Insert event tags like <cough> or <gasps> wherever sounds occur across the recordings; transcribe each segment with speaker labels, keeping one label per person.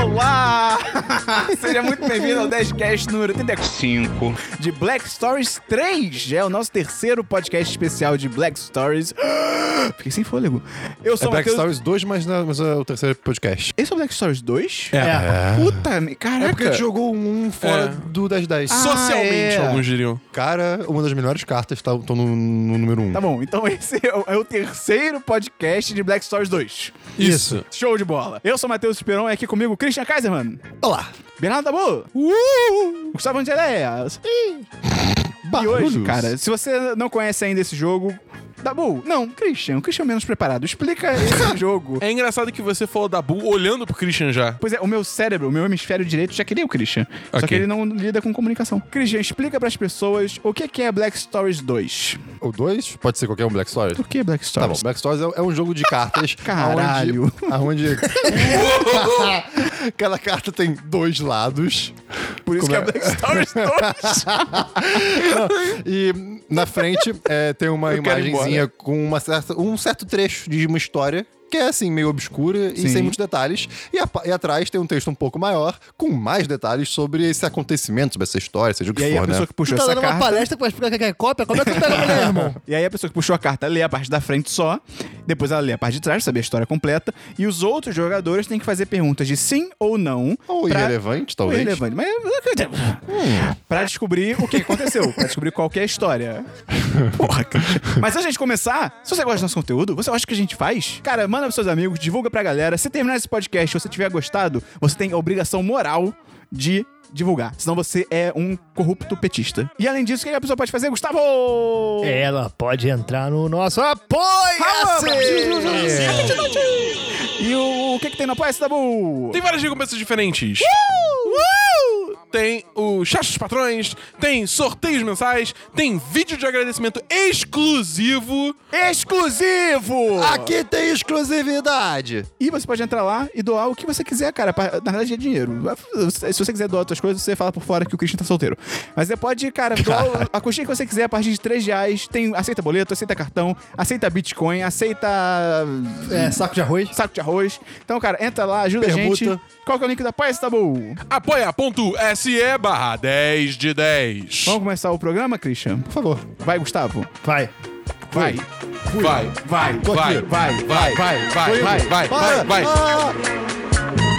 Speaker 1: Olá, <laughs> seja muito bem-vindo ao 10cast número 35 de Black Stories 3. É o nosso terceiro podcast especial de Black Stories. <gasps> Fiquei sem fôlego. Eu
Speaker 2: É
Speaker 1: sou o
Speaker 2: Black
Speaker 1: Matheus.
Speaker 2: Stories 2, mas, na- mas é o terceiro podcast.
Speaker 1: Esse é o Black Stories 2?
Speaker 2: É.
Speaker 1: Puta, me- caraca.
Speaker 2: É porque a gente jogou um um fora
Speaker 3: É.
Speaker 2: do 1010.
Speaker 1: Ah,
Speaker 3: Socialmente,
Speaker 1: é.
Speaker 3: alguns diriam.
Speaker 2: Cara, uma das melhores cartas tá estão no, no número 1. Um.
Speaker 1: Tá bom, então esse é o, é o terceiro podcast de Black Stories 2.
Speaker 2: Isso.
Speaker 1: Show de bola. Eu sou o Matheus Esperon, é aqui comigo o Christian Kaiserman.
Speaker 2: Olá.
Speaker 1: Bernardo Dabu.
Speaker 2: Uh!
Speaker 1: Gustavo Angeléas. E
Speaker 2: Ah,
Speaker 1: hoje, cara, se você não conhece ainda esse jogo, Dabu, não, Christian, o Christian é o menos preparado. Explica esse jogo.
Speaker 3: É engraçado que você falou da Bull olhando pro Christian já.
Speaker 1: Pois é, o meu cérebro, o meu hemisfério direito já queria o Christian. Só
Speaker 3: Ok.
Speaker 1: que ele não lida com comunicação. Christian, explica pras pessoas o que que é Black Stories 2.
Speaker 2: O 2 pode ser qualquer um Black Stories.
Speaker 1: Por que Black
Speaker 2: Tá bom,
Speaker 1: Stories?
Speaker 2: Black Stories é, é um jogo de
Speaker 3: <laughs>
Speaker 2: cartas.
Speaker 1: Caralho.
Speaker 2: Aonde. <laughs> aonde- cada carta tem dois lados.
Speaker 1: Por isso
Speaker 2: Como
Speaker 1: que é Black Stories 2.
Speaker 2: E na frente é, tem uma
Speaker 1: Eu quero ir
Speaker 2: imagenzinha com uma certa- um certo trecho de uma história que é assim, meio obscura
Speaker 1: Sim.
Speaker 2: e sem muitos detalhes. E, apa- e atrás tem um texto um pouco maior, com mais detalhes sobre esse acontecimento, sobre essa história, seja o que
Speaker 1: e aí
Speaker 2: for,
Speaker 1: a pessoa
Speaker 2: né?
Speaker 1: que puxou
Speaker 4: Tu tá
Speaker 1: essa
Speaker 4: dando uma
Speaker 1: carta...
Speaker 4: palestra pra explicar o que é cópia? Como é que tu pega a mulher, irmão?
Speaker 1: E aí a pessoa que puxou a carta lê a parte da frente só, depois ela lê a parte de trás, saber a história completa, e os outros jogadores têm que fazer perguntas de sim ou não.
Speaker 2: Ou
Speaker 1: pra-
Speaker 2: irrelevante,
Speaker 1: Ou
Speaker 2: talvez.
Speaker 1: irrelevante, mas... Pra descobrir o que aconteceu, pra descobrir qual que é a história. Porra, cara. Mas antes de gente começar, se você gosta do nosso conteúdo, você acha que a gente faz? Cara, manda pros seus amigos, divulga pra galera. Se terminar esse podcast e você tiver gostado, você tem a obrigação moral de divulgar. Senão você é um corrupto petista. E além disso, o que a pessoa pode fazer, Gustavo?
Speaker 4: <laughs> Ela pode entrar no nosso
Speaker 1: Ah,
Speaker 4: apoia-se!
Speaker 1: É. E o, o que, que tem no Apoia-se, Dabu?
Speaker 3: Tem várias recompensas diferentes.
Speaker 1: Uh!
Speaker 3: Tem o chat dos patrões, tem sorteios mensais, tem vídeo de agradecimento exclusivo.
Speaker 1: Exclusivo!
Speaker 2: Aqui tem exclusividade!
Speaker 1: E você pode entrar lá e doar o que você quiser, cara. pra- Na verdade, é dinheiro. Se você quiser doar outras coisas, você fala por fora que o Christian tá solteiro. Mas você pode,
Speaker 2: <laughs>
Speaker 1: cara, doar o- a coxinha que você quiser a partir de 3 reais. Tem, aceita boleto, aceita cartão, aceita Bitcoin, aceita hum,
Speaker 4: É, saco de arroz.
Speaker 1: saco de arroz. Então, cara, entra lá, ajuda a
Speaker 2: Permuta.
Speaker 1: gente. Qual que é o link da Apoia-se, Dabu?
Speaker 3: Apoia.se barra 10 de 10.
Speaker 1: Vamos começar o programa, Christian?
Speaker 2: Por favor.
Speaker 1: Vai, Gustavo.
Speaker 4: Vai.
Speaker 1: Vai.
Speaker 3: Vai,
Speaker 1: Vai.
Speaker 2: Tô aqui.
Speaker 3: vai, vai, vai, vai, vai, vai, vai,
Speaker 2: Para!
Speaker 3: vai, vai.
Speaker 2: Ah!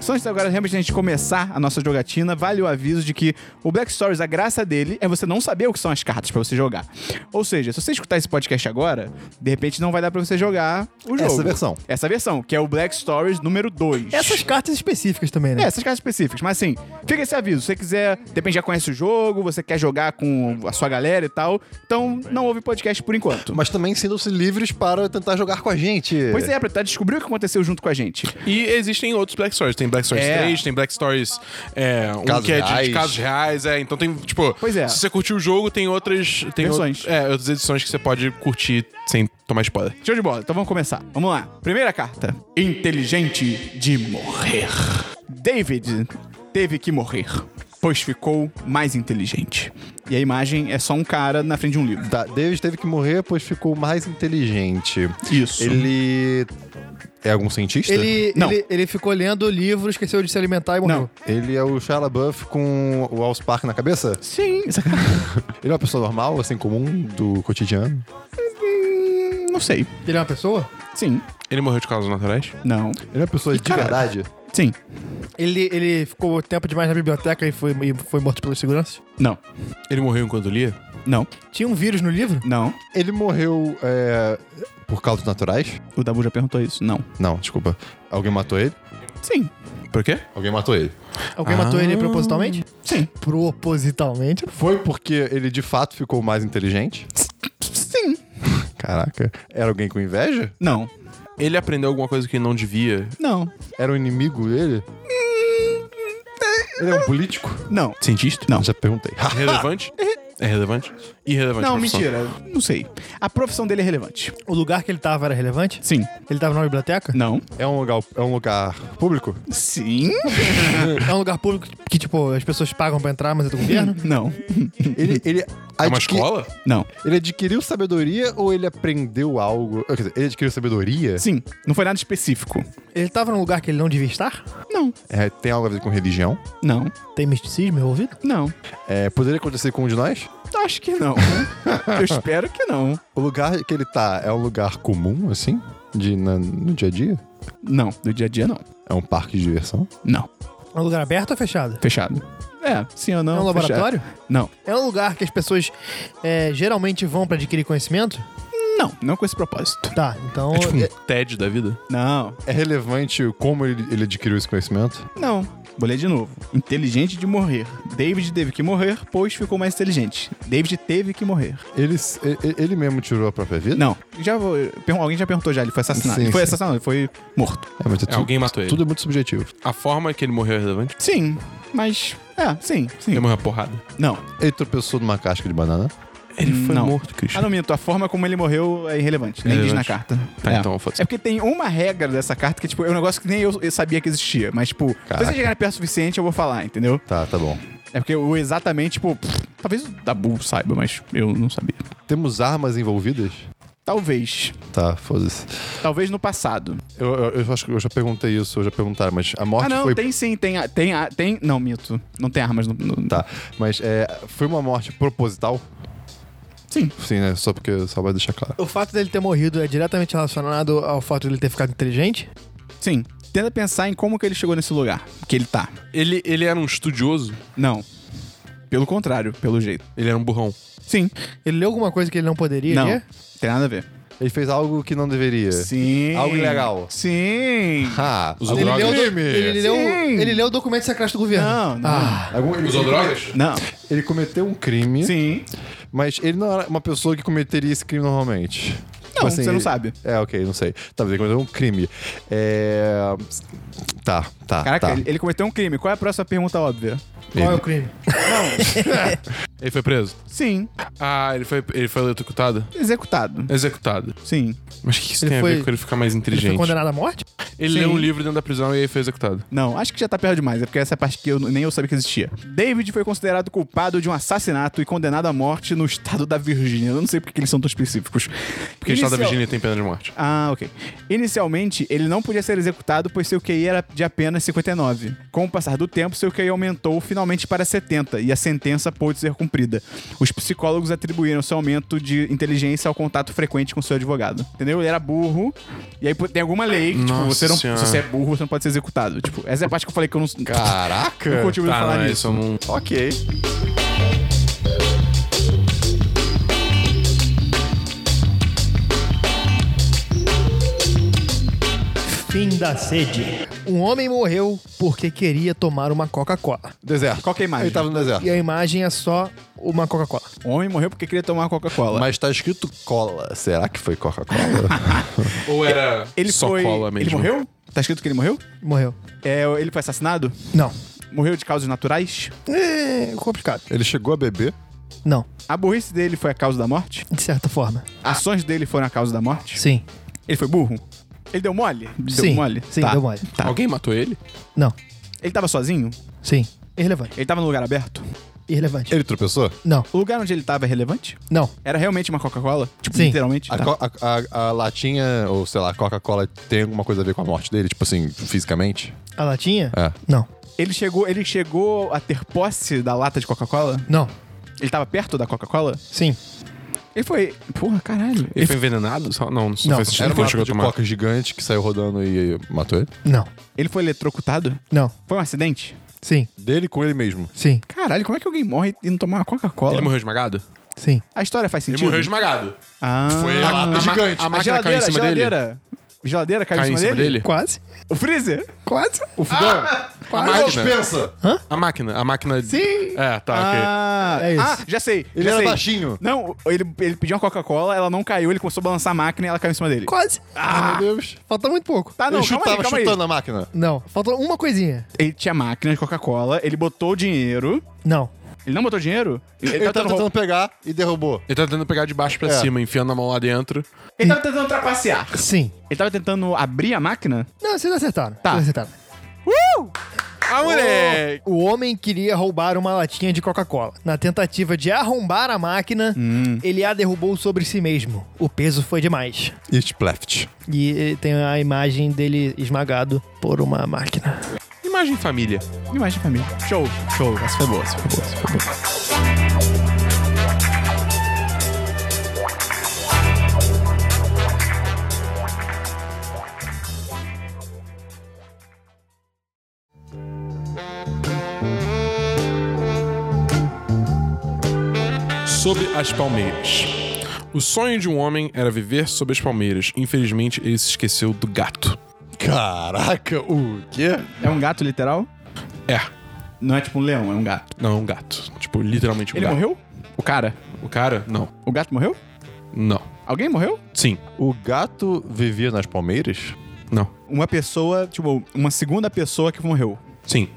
Speaker 1: Só antes agora, realmente, a gente começar a nossa jogatina, vale o aviso de que o Black Stories, a graça dele é você não saber o que são as cartas pra você jogar. Ou seja, se você escutar esse podcast agora, de repente não vai dar pra você jogar o jogo.
Speaker 2: Essa versão.
Speaker 1: Essa versão, que é o Black Stories número 2.
Speaker 4: Essas cartas específicas também,
Speaker 1: É,
Speaker 4: né?
Speaker 1: essas cartas específicas. Mas assim, fica esse aviso. Se você quiser, de repente já conhece o jogo, você quer jogar com a sua galera e tal, então não ouve podcast por enquanto.
Speaker 2: Mas também sintam-se livres para tentar jogar com a gente.
Speaker 1: Pois é, pra tentar descobrir o que aconteceu junto com a gente.
Speaker 3: E existem outros Black Stories. Tem Black Stories
Speaker 1: É.
Speaker 3: 3, tem Black Stories. É, um
Speaker 2: Casos
Speaker 3: que é de,
Speaker 2: reais.
Speaker 3: de casos reais, é. Então tem, tipo.
Speaker 1: Pois é.
Speaker 3: Se você curtiu o jogo, tem outras. Tem
Speaker 1: Versões.
Speaker 3: out- é, outras edições que você pode curtir sem tomar spoiler.
Speaker 1: Show de bola, então vamos começar. Vamos lá. Primeira carta: Inteligente de morrer. David teve que morrer, pois ficou mais inteligente. E a imagem é só um cara na frente de um livro.
Speaker 2: Tá, David teve que morrer, pois ficou mais inteligente.
Speaker 1: Isso.
Speaker 2: Ele. É algum cientista?
Speaker 4: Ele,
Speaker 1: Não.
Speaker 4: ele, ele ficou lendo o livro, esqueceu de se alimentar e morreu.
Speaker 2: Ele é o Shia LaBeouf com o All Spark na cabeça?
Speaker 1: Sim, essa cara.
Speaker 2: Ele é uma pessoa normal, assim, comum, do cotidiano?
Speaker 1: Hum, Não sei.
Speaker 4: Ele é uma pessoa?
Speaker 1: Sim.
Speaker 3: Ele morreu de causas naturais?
Speaker 1: Não.
Speaker 2: Ele é uma pessoa de
Speaker 1: caralho.
Speaker 2: verdade?
Speaker 1: Sim.
Speaker 4: Ele, ele ficou tempo demais na biblioteca e foi, e foi morto pelos seguranças?
Speaker 1: Não.
Speaker 3: Ele morreu enquanto lia?
Speaker 1: Não.
Speaker 4: Tinha um vírus no livro?
Speaker 1: Não.
Speaker 2: Ele morreu é, por causas naturais?
Speaker 1: O Dabu já perguntou isso. Não.
Speaker 2: Não, desculpa. Alguém matou ele?
Speaker 1: Sim.
Speaker 3: Por quê?
Speaker 2: Alguém matou ele.
Speaker 4: Alguém matou ele propositalmente?
Speaker 1: Sim.
Speaker 4: Propositalmente?
Speaker 2: Foi porque ele de fato ficou mais inteligente?
Speaker 1: Sim.
Speaker 2: Caraca. Era alguém com inveja?
Speaker 1: Não.
Speaker 3: Ele aprendeu alguma coisa que não devia?
Speaker 1: Não. Hum,
Speaker 2: Era um inimigo dele? Ele é um político?
Speaker 1: Não.
Speaker 3: Cientista?
Speaker 1: Não. <laughs>
Speaker 2: Já perguntei.
Speaker 3: Relevante? É relevante? Irrelevante.
Speaker 1: Não,
Speaker 3: pra pessoa.
Speaker 1: mentira. Não sei. A profissão dele é relevante.
Speaker 4: O lugar que ele tava era relevante?
Speaker 1: Sim.
Speaker 4: Ele tava numa biblioteca?
Speaker 1: Não.
Speaker 2: É um lugar, é um lugar público?
Speaker 1: Sim.
Speaker 4: É um lugar público que, tipo, as pessoas pagam pra entrar, mas é do governo?
Speaker 1: <laughs> Não.
Speaker 2: Ele, <laughs> ele
Speaker 3: É uma
Speaker 2: adqui-
Speaker 3: escola?
Speaker 1: Não.
Speaker 2: Ele adquiriu sabedoria ou ele aprendeu algo? Quer dizer, ele adquiriu sabedoria?
Speaker 1: Sim. Não foi nada específico.
Speaker 4: Ele tava num lugar que ele não devia estar?
Speaker 1: Não.
Speaker 2: É, tem algo a ver com religião?
Speaker 1: Não.
Speaker 4: Tem misticismo envolvido?
Speaker 1: Não.
Speaker 2: É, poderia acontecer com um de nós?
Speaker 1: Acho que
Speaker 4: <laughs>
Speaker 1: não. Eu espero que não.
Speaker 2: O lugar que ele tá é um lugar comum, assim? De, na- no dia a dia?
Speaker 1: Não. No dia a dia, não.
Speaker 2: É um parque de diversão?
Speaker 1: Não.
Speaker 4: É um lugar aberto ou fechado?
Speaker 1: Fechado. É, sim ou não.
Speaker 4: é um
Speaker 1: fechado.
Speaker 4: laboratório?
Speaker 1: Não.
Speaker 4: É um lugar que as pessoas é, geralmente vão pra adquirir conhecimento?
Speaker 1: Não. Não com esse propósito.
Speaker 4: Tá, então.
Speaker 3: É tipo
Speaker 4: é-
Speaker 3: um TED da vida?
Speaker 1: Não.
Speaker 2: É relevante como ele, ele adquiriu esse conhecimento?
Speaker 1: Não. Vou ler de novo. Inteligente de morrer. David teve que morrer, pois ficou mais inteligente. David teve que morrer.
Speaker 2: Ele, s- e- e- ele mesmo tirou a própria vida?
Speaker 1: Não. Já vou. pergun- Alguém já perguntou já, ele foi assassinado.
Speaker 2: Sim,
Speaker 1: ele foi
Speaker 2: sim.
Speaker 1: assassinado, ele foi morto.
Speaker 2: É, mas é
Speaker 3: É,
Speaker 2: tu-
Speaker 3: alguém matou ele.
Speaker 2: Tudo é muito subjetivo.
Speaker 3: A forma que ele morreu é relevante?
Speaker 1: Sim, mas. É, sim, sim.
Speaker 3: Ele morreu a porrada.
Speaker 1: Não.
Speaker 2: Ele tropeçou numa casca de banana?
Speaker 3: Ele
Speaker 1: foi Não.
Speaker 3: morto,
Speaker 1: Ah,
Speaker 3: Cristian.
Speaker 1: não minto. A forma como ele morreu é irrelevante. Nem diz na
Speaker 3: Irrelevante.
Speaker 1: carta.
Speaker 3: Tá,
Speaker 1: é.
Speaker 3: então, foda-se.
Speaker 1: É porque tem uma regra dessa carta que, tipo, é um negócio que nem eu eu sabia que existia. Mas, tipo, se
Speaker 2: Caraca.
Speaker 1: você chegar perto o suficiente, eu vou falar, entendeu?
Speaker 2: Tá, tá bom.
Speaker 1: É porque o exatamente, tipo, pff, talvez o Dabu saiba, mas eu não sabia.
Speaker 2: Temos armas envolvidas?
Speaker 1: Talvez.
Speaker 2: Tá, foda-se.
Speaker 1: Talvez no passado.
Speaker 2: Eu, eu, eu acho que eu já perguntei isso, eu já perguntaram, mas a morte
Speaker 1: ah, não,
Speaker 2: foi.
Speaker 1: tem sim, tem, a- tem, a- tem. Não, mito. Não tem armas no. no-
Speaker 2: Tá, mas é, foi uma morte proposital?
Speaker 1: Sim.
Speaker 2: Sim, né? Só porque só vai deixar claro.
Speaker 4: O fato dele ter morrido é diretamente relacionado ao fato dele ter ficado inteligente?
Speaker 1: Sim. Tenta pensar em como que ele chegou nesse lugar que ele tá.
Speaker 3: Ele, ele era um estudioso?
Speaker 1: Não. Pelo contrário, pelo jeito.
Speaker 3: Ele era um burrão?
Speaker 1: Sim.
Speaker 4: Ele leu alguma coisa que ele não poderia
Speaker 1: Não.
Speaker 4: ler?
Speaker 1: Tem nada a ver.
Speaker 2: Ele fez algo que não deveria.
Speaker 1: Sim.
Speaker 2: Algo ilegal.
Speaker 1: <laughs> Sim.
Speaker 2: Ah,
Speaker 3: Usou
Speaker 4: Ele
Speaker 3: drogas?
Speaker 4: leu,
Speaker 2: crime.
Speaker 4: ele, leu,
Speaker 1: Sim.
Speaker 4: ele leu o documento secreto do governo.
Speaker 1: Não, não.
Speaker 4: Ah,
Speaker 2: Algum- ele,
Speaker 3: Usou drogas?
Speaker 1: Não.
Speaker 2: ele cometeu um crime,
Speaker 1: Sim.
Speaker 2: mas ele não era uma pessoa que cometeria esse crime normalmente.
Speaker 1: Não, você não sabe.
Speaker 2: É, ok, não sei. Tá, mas ele cometeu um crime. É. Tá, tá.
Speaker 1: Caraca,
Speaker 2: tá.
Speaker 1: ele, ele cometeu um crime. Qual é a próxima pergunta óbvia?
Speaker 4: qual é o crime?
Speaker 3: Ele foi preso?
Speaker 1: Sim.
Speaker 3: Ah, ele foi, ele foi eletrocutado?
Speaker 1: Executado.
Speaker 3: Executado.
Speaker 1: Sim.
Speaker 3: Mas o que isso
Speaker 4: Ele
Speaker 3: tem a
Speaker 4: foi-
Speaker 3: ver com ele ficar mais
Speaker 4: Ele foi
Speaker 3: inteligente? Ele,
Speaker 4: condenado à morte?
Speaker 3: leu um
Speaker 1: Sim.
Speaker 3: livro dentro da prisão e aí foi executado.
Speaker 1: Não, acho que já tá perto demais. É porque essa é a parte que eu nem eu sabia que existia. David foi considerado culpado de um assassinato e condenado à morte no estado da Virgínia. Eu não sei porque que eles são tão específicos.
Speaker 3: Porque o estado da
Speaker 1: Inicial-
Speaker 3: Virgínia tem pena de morte.
Speaker 1: Ah, ok. Inicialmente, ele não podia ser executado, pois seu QI era de apenas 59. Com o passar do tempo, seu QI aumentou finalmente para 70 e a sentença pôde ser cumprida. Os psicólogos atribuíram seu aumento de inteligência ao contato frequente com seu advogado. Entendeu? Ele era burro, e aí pô, tem alguma lei que, tipo,
Speaker 3: Nossa
Speaker 1: você não, se
Speaker 3: Senhora.
Speaker 1: você é burro, você não pode ser executado. Tipo, essa é a parte que eu falei que eu não.
Speaker 2: Caraca!
Speaker 1: Não continuo
Speaker 3: Tá,
Speaker 1: falar
Speaker 3: não, é
Speaker 1: nisso.
Speaker 3: isso, eu não-
Speaker 2: Ok.
Speaker 4: Fim da sede. Um homem morreu porque queria tomar uma Coca-Cola.
Speaker 2: Deserto.
Speaker 1: Qual que é a imagem?
Speaker 2: Ele tava no deserto.
Speaker 4: E a imagem é só uma Coca-Cola.
Speaker 1: O homem morreu porque queria tomar Coca-Cola.
Speaker 2: Mas tá escrito cola. Será que
Speaker 1: <laughs>
Speaker 2: foi Coca-Cola?
Speaker 3: Ou era
Speaker 1: ele
Speaker 3: só
Speaker 1: foi.
Speaker 3: cola mesmo?
Speaker 1: Ele morreu? Tá escrito que ele morreu?
Speaker 4: Morreu.
Speaker 1: É, ele foi assassinado?
Speaker 4: Não.
Speaker 1: Morreu de causas naturais?
Speaker 4: É complicado.
Speaker 2: ele chegou a beber?
Speaker 4: Não.
Speaker 1: A burrice dele foi a causa da morte?
Speaker 4: De certa forma.
Speaker 1: Ações dele foram a causa da morte?
Speaker 4: Sim.
Speaker 1: Ele foi burro? Ele deu mole? Deu
Speaker 4: Sim.
Speaker 1: mole?
Speaker 4: Sim,
Speaker 1: Tá.
Speaker 4: deu mole.
Speaker 1: Tá.
Speaker 3: Alguém matou ele?
Speaker 4: Não.
Speaker 1: Ele tava sozinho?
Speaker 4: Sim. Irrelevante.
Speaker 1: Ele tava no lugar aberto?
Speaker 4: Irrelevante.
Speaker 2: Ele tropeçou?
Speaker 4: Não.
Speaker 1: O lugar onde ele tava é relevante?
Speaker 4: Não.
Speaker 1: Era realmente uma Coca-Cola? Tipo,
Speaker 4: Sim.
Speaker 1: literalmente?
Speaker 2: A,
Speaker 1: Tá.
Speaker 2: co- a- a- a latinha, ou sei lá, a Coca-Cola tem alguma coisa a ver com a morte dele? Tipo assim, fisicamente?
Speaker 4: A latinha?
Speaker 2: É.
Speaker 4: Não.
Speaker 1: Ele chegou, ele chegou a ter posse da lata de Coca-Cola?
Speaker 4: Não.
Speaker 1: Ele tava perto da Coca-Cola?
Speaker 4: Sim.
Speaker 1: Ele foi. Porra, caralho.
Speaker 3: Ele foi envenenado? Só- Não, não, não
Speaker 4: Não,
Speaker 3: faz sentido
Speaker 2: Era
Speaker 3: que
Speaker 2: uma
Speaker 3: ele
Speaker 2: lata
Speaker 3: chegou a
Speaker 2: de
Speaker 3: tomar.
Speaker 2: coca gigante que saiu rodando e matou ele?
Speaker 4: Não.
Speaker 1: Ele foi eletrocutado?
Speaker 4: Não.
Speaker 1: Foi um acidente?
Speaker 4: Sim.
Speaker 2: Dele com ele mesmo.
Speaker 4: Sim.
Speaker 1: Caralho, como é que alguém morre e não tomar uma Coca-Cola?
Speaker 3: Ele morreu esmagado?
Speaker 4: Sim.
Speaker 1: A história faz
Speaker 3: Ele
Speaker 1: sentido.
Speaker 3: morreu esmagado.
Speaker 1: Ah.
Speaker 3: Foi a, lata
Speaker 2: gigante.
Speaker 3: A,
Speaker 1: A
Speaker 3: máquina
Speaker 1: geladeira,
Speaker 3: caiu em cima dele.
Speaker 1: geladeira. Geladeira caiu,
Speaker 3: Caiu em cima dele?
Speaker 4: Quase.
Speaker 1: O freezer?
Speaker 4: Quase.
Speaker 2: O fogão!
Speaker 3: A
Speaker 1: é
Speaker 2: a
Speaker 3: máquina.
Speaker 2: dispensa!
Speaker 3: A máquina. A máquina.
Speaker 4: Sim.
Speaker 3: É, tá,
Speaker 1: Ah,
Speaker 4: É isso.
Speaker 1: ah, já sei.
Speaker 2: Ele
Speaker 1: já
Speaker 2: era
Speaker 1: sei.
Speaker 2: baixinho.
Speaker 1: Não, ele, ele pediu uma Coca-Cola, ela não caiu, ele começou a balançar a máquina e ela caiu em cima dele.
Speaker 4: Quase.
Speaker 2: Ah, meu Deus.
Speaker 4: Falta muito pouco.
Speaker 1: Tá, não,
Speaker 2: ele
Speaker 1: calma
Speaker 2: chutava,
Speaker 1: aí, calma aí.
Speaker 2: chutando a máquina.
Speaker 4: Não. Faltou uma coisinha.
Speaker 1: Ele tinha máquina de Coca-Cola, ele botou o dinheiro,
Speaker 4: Não.
Speaker 1: Ele não botou dinheiro?
Speaker 2: Ele, tá tentando pegar e derrubou.
Speaker 3: Ele tá tentando pegar de baixo pra
Speaker 2: É.
Speaker 3: cima, enfiando a mão lá dentro.
Speaker 1: Ele tava tentando trapacear.
Speaker 4: Sim.
Speaker 1: Ele tava tentando abrir a máquina?
Speaker 4: Não, vocês acertaram.
Speaker 1: Tá.
Speaker 4: Vocês acertaram.
Speaker 3: Ah, moleque!
Speaker 4: O homem queria roubar uma latinha de Coca-Cola. Na tentativa de arrombar a máquina,
Speaker 1: Hum.
Speaker 4: ele a derrubou sobre si mesmo. O peso foi demais.
Speaker 2: It left.
Speaker 4: E eh, tem a imagem dele esmagado por uma máquina.
Speaker 3: Imagem família.
Speaker 1: Imagem de família. Show. Show. Essa foi boa, essa foi boa, essa foi boa.
Speaker 3: Sob as palmeiras. O sonho de um homem era viver sob as palmeiras. Infelizmente, ele se esqueceu do gato.
Speaker 2: Caraca, o quê?
Speaker 1: É um gato literal?
Speaker 3: É.
Speaker 1: Não é tipo um leão, é um gato.
Speaker 3: Não, é um gato. Tipo, literalmente um
Speaker 1: Ele
Speaker 3: gato.
Speaker 1: morreu? O cara?
Speaker 3: morreu? O cara? Não.
Speaker 1: O gato morreu?
Speaker 3: Não.
Speaker 1: Alguém morreu?
Speaker 3: Sim.
Speaker 2: O gato vivia nas palmeiras?
Speaker 3: Não.
Speaker 1: Uma pessoa, tipo, uma segunda pessoa que morreu.
Speaker 3: Sim.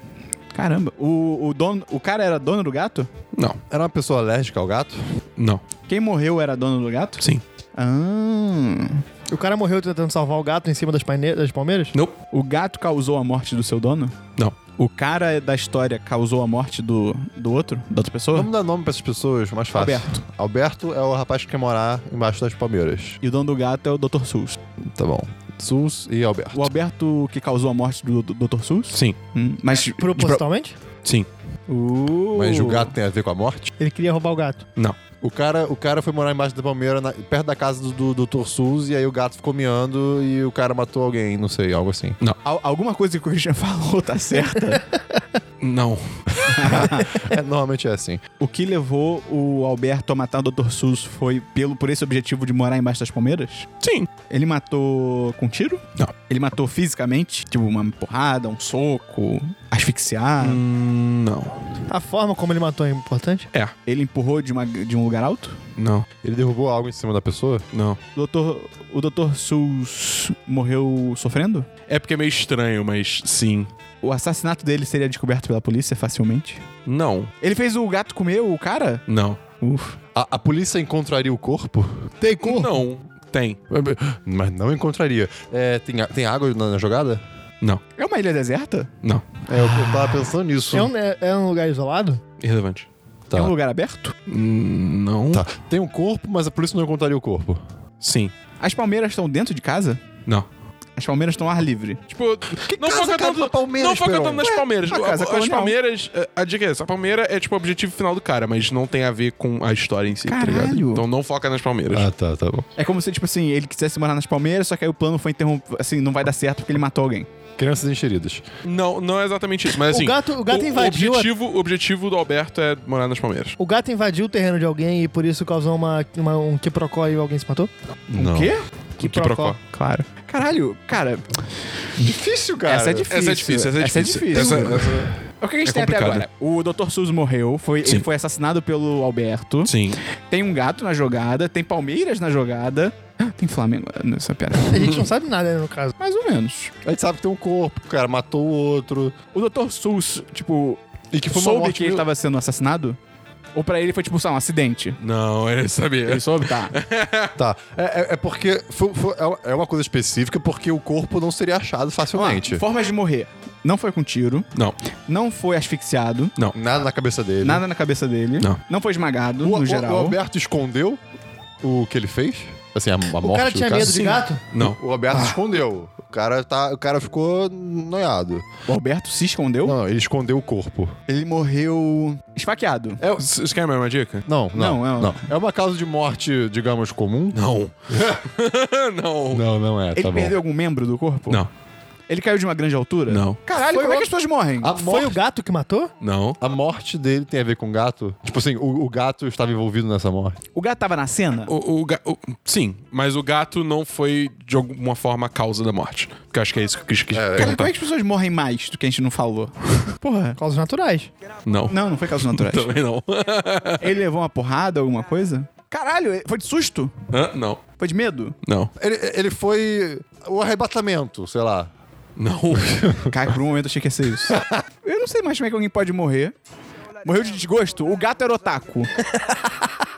Speaker 1: Caramba, o, o dono. O cara era dono do gato?
Speaker 3: Não.
Speaker 2: Era uma pessoa alérgica ao gato?
Speaker 3: Não.
Speaker 1: Quem morreu era dono do gato?
Speaker 3: Sim.
Speaker 1: Ah.
Speaker 4: O cara morreu tentando salvar o gato em cima das, paine- das palmeiras?
Speaker 3: Não.
Speaker 1: O gato causou a morte do seu dono?
Speaker 3: Não.
Speaker 1: O cara da história causou a morte do, do outro? Da outra pessoa?
Speaker 2: Vamos dar nome pra essas pessoas mais fácil.
Speaker 1: Alberto.
Speaker 2: Alberto é o rapaz que quer morar embaixo das palmeiras.
Speaker 1: E o dono do gato é o Dr. Seuss.
Speaker 2: Tá bom. Sus e Alberto.
Speaker 1: O Alberto que causou a morte do, do Dr. Seuss?
Speaker 3: Sim.
Speaker 1: Hum, mas.
Speaker 4: Propositalmente?
Speaker 3: Sim.
Speaker 1: Uh.
Speaker 2: Mas o gato tem a ver com a morte?
Speaker 4: Ele queria roubar o gato.
Speaker 3: Não.
Speaker 2: O cara, o cara foi morar embaixo da palmeira, na- perto da casa do, do, Dr. Sus, e aí o gato ficou miando e o cara matou alguém, não sei, algo assim. <laughs>
Speaker 1: Al- alguma coisa que o Christian <laughs> falou tá certa.
Speaker 3: Não.
Speaker 2: É, normalmente é assim.
Speaker 1: o que levou o Alberto a matar o Dr. Seuss foi pelo, por esse objetivo de morar embaixo das palmeiras?
Speaker 3: Sim.
Speaker 1: Ele matou com um tiro?
Speaker 3: Não.
Speaker 1: Ele matou fisicamente? Tipo, uma porrada, um soco, asfixiar?
Speaker 3: Hum, Não.
Speaker 4: A forma como ele matou é importante?
Speaker 3: É.
Speaker 1: Ele empurrou de, uma- de um lugar alto?
Speaker 3: Não.
Speaker 2: Ele derrubou algo em cima da pessoa?
Speaker 3: Não.
Speaker 1: Doutor, o Dr. Seuss morreu sofrendo?
Speaker 3: É porque é meio estranho, mas sim.
Speaker 1: O assassinato dele seria descoberto pela polícia facilmente?
Speaker 3: Não.
Speaker 1: Ele fez o gato comer o cara?
Speaker 3: Não.
Speaker 1: Uf.
Speaker 2: A, a polícia encontraria o corpo?
Speaker 4: Tem
Speaker 3: Não. Tem.
Speaker 2: Mas não encontraria. É, tem, a- tem água na, na jogada?
Speaker 3: Não.
Speaker 1: É uma ilha deserta?
Speaker 3: Não.
Speaker 2: É, eu, eu tava pensando nisso.
Speaker 4: É um, é- é um lugar isolado?
Speaker 3: Irrelevante.
Speaker 2: Tá.
Speaker 1: É um lugar aberto?
Speaker 3: Hum, Não.
Speaker 2: Tá. Tem um corpo, mas a polícia não encontraria o corpo.
Speaker 3: Sim.
Speaker 1: As palmeiras estão dentro de casa?
Speaker 3: Não.
Speaker 1: As palmeiras estão ao ar livre.
Speaker 3: Tipo, não
Speaker 2: casa,
Speaker 3: foca
Speaker 2: cara,
Speaker 3: tanto,
Speaker 2: pra Palmeiras,
Speaker 3: não foca
Speaker 2: Peron?
Speaker 3: tanto nas
Speaker 1: Ué,
Speaker 3: palmeiras.
Speaker 1: a casa
Speaker 3: A- as
Speaker 1: colonial.
Speaker 3: palmeiras, a, a dica é essa. A palmeira é tipo o objetivo final do cara, mas não tem a ver com a história em si, tá ligado?
Speaker 1: Caralho.
Speaker 3: Então não foca nas palmeiras.
Speaker 2: Ah, tá, tá bom.
Speaker 1: É como se, tipo assim, ele quisesse morar nas palmeiras, só que aí o plano foi interrompido. Assim, não vai dar certo porque ele matou alguém.
Speaker 2: Crianças encheridas.
Speaker 3: Não, não é exatamente isso,
Speaker 4: O
Speaker 3: mas assim...
Speaker 4: gato- o gato invadiu a-
Speaker 3: objetivo, O objetivo do Alberto é morar nas palmeiras.
Speaker 4: O gato invadiu o terreno de alguém e por isso causou uma, uma- um quiprocó e alguém se matou?
Speaker 2: Não.
Speaker 1: quê?
Speaker 3: Que
Speaker 4: procó.
Speaker 1: Claro. Caralho, cara,
Speaker 2: Difícil, cara.
Speaker 1: essa é difícil.
Speaker 3: Essa é difícil, essa é difícil.
Speaker 1: Essa é difícil.
Speaker 3: Essa-
Speaker 1: O que a gente
Speaker 3: é
Speaker 1: tem até
Speaker 3: complicado.
Speaker 1: agora? O Dr. Suzy morreu, foi, ele
Speaker 3: Sim.
Speaker 1: foi assassinado pelo Alberto.
Speaker 3: Sim.
Speaker 1: Tem um gato na jogada, tem Palmeiras na jogada. Ah, Tem Flamengo nessa piada.
Speaker 4: A gente não sabe nada né, no caso.
Speaker 1: Mais ou menos.
Speaker 2: A gente sabe que tem um corpo, o cara matou o outro.
Speaker 1: O Dr. Sus, tipo,
Speaker 2: E que foi uma
Speaker 1: soube tá
Speaker 2: morte
Speaker 1: que ele tava sendo assassinado? Ou pra ele foi, tipo, só um acidente?
Speaker 3: Não, ele sabia.
Speaker 1: Ele soube? Tá.
Speaker 2: Tá. É, é- é porque foi- foi- é uma coisa específica, porque o corpo não seria achado facilmente.
Speaker 1: Formas de morrer. Não foi com tiro,
Speaker 3: Não.
Speaker 1: não foi asfixiado,
Speaker 2: Nada na cabeça dele.
Speaker 1: nada na cabeça dele,
Speaker 3: Não.
Speaker 1: foi esmagado,
Speaker 2: O, o-
Speaker 1: no
Speaker 2: o
Speaker 1: geral.
Speaker 2: Alberto escondeu o que ele fez? Assim, a, a morte
Speaker 4: O cara tinha
Speaker 2: do cara.
Speaker 4: medo de gato?
Speaker 3: Não.
Speaker 2: O Alberto escondeu. O cara, tá, o cara ficou noiado.
Speaker 1: O Alberto se escondeu.
Speaker 2: Não, ele escondeu o corpo.
Speaker 1: Ele morreu esfaqueado.
Speaker 2: É,
Speaker 3: Vocês querem mais uma dica?
Speaker 2: não, não,
Speaker 1: Não,
Speaker 2: não,
Speaker 1: não.
Speaker 2: É uma causa de morte, digamos, comum?
Speaker 3: Não. <laughs> não.
Speaker 2: Não, não é,
Speaker 1: Ele
Speaker 2: tá
Speaker 1: perdeu
Speaker 2: bom.
Speaker 1: algum membro do corpo?
Speaker 3: Não.
Speaker 1: Ele caiu de uma grande altura?
Speaker 3: Não.
Speaker 1: Caralho,
Speaker 2: Foi
Speaker 1: como é
Speaker 2: o-
Speaker 1: que as pessoas morrem?
Speaker 2: A
Speaker 4: Foi
Speaker 2: morte,
Speaker 4: o gato que matou?
Speaker 3: Não.
Speaker 2: a morte dele tem a ver com gato? Tipo assim, o, o gato estava envolvido nessa morte.
Speaker 1: O gato tava na cena?
Speaker 3: O, o ga- o- sim, mas o gato não foi de alguma forma a causa da morte. Porque eu acho que é isso que eu quis, quis
Speaker 1: Cara, como
Speaker 3: perguntar.
Speaker 1: é que as pessoas morrem mais do que a gente não falou? Porra.
Speaker 4: Causas naturais.
Speaker 3: Não.
Speaker 1: Não, não foi caso natural.
Speaker 3: Também não. <laughs>
Speaker 1: Ele levou uma porrada, alguma coisa? Caralho, foi de susto?
Speaker 3: Hã? não.
Speaker 1: Foi de medo?
Speaker 3: Não.
Speaker 2: Ele, ele foi o arrebatamento, sei lá.
Speaker 3: Não.
Speaker 1: <laughs> Cara, por um momento eu achei que ia ser isso. Eu não sei mais como é que alguém pode morrer Morreu de desgosto? O gato era otaku. <laughs>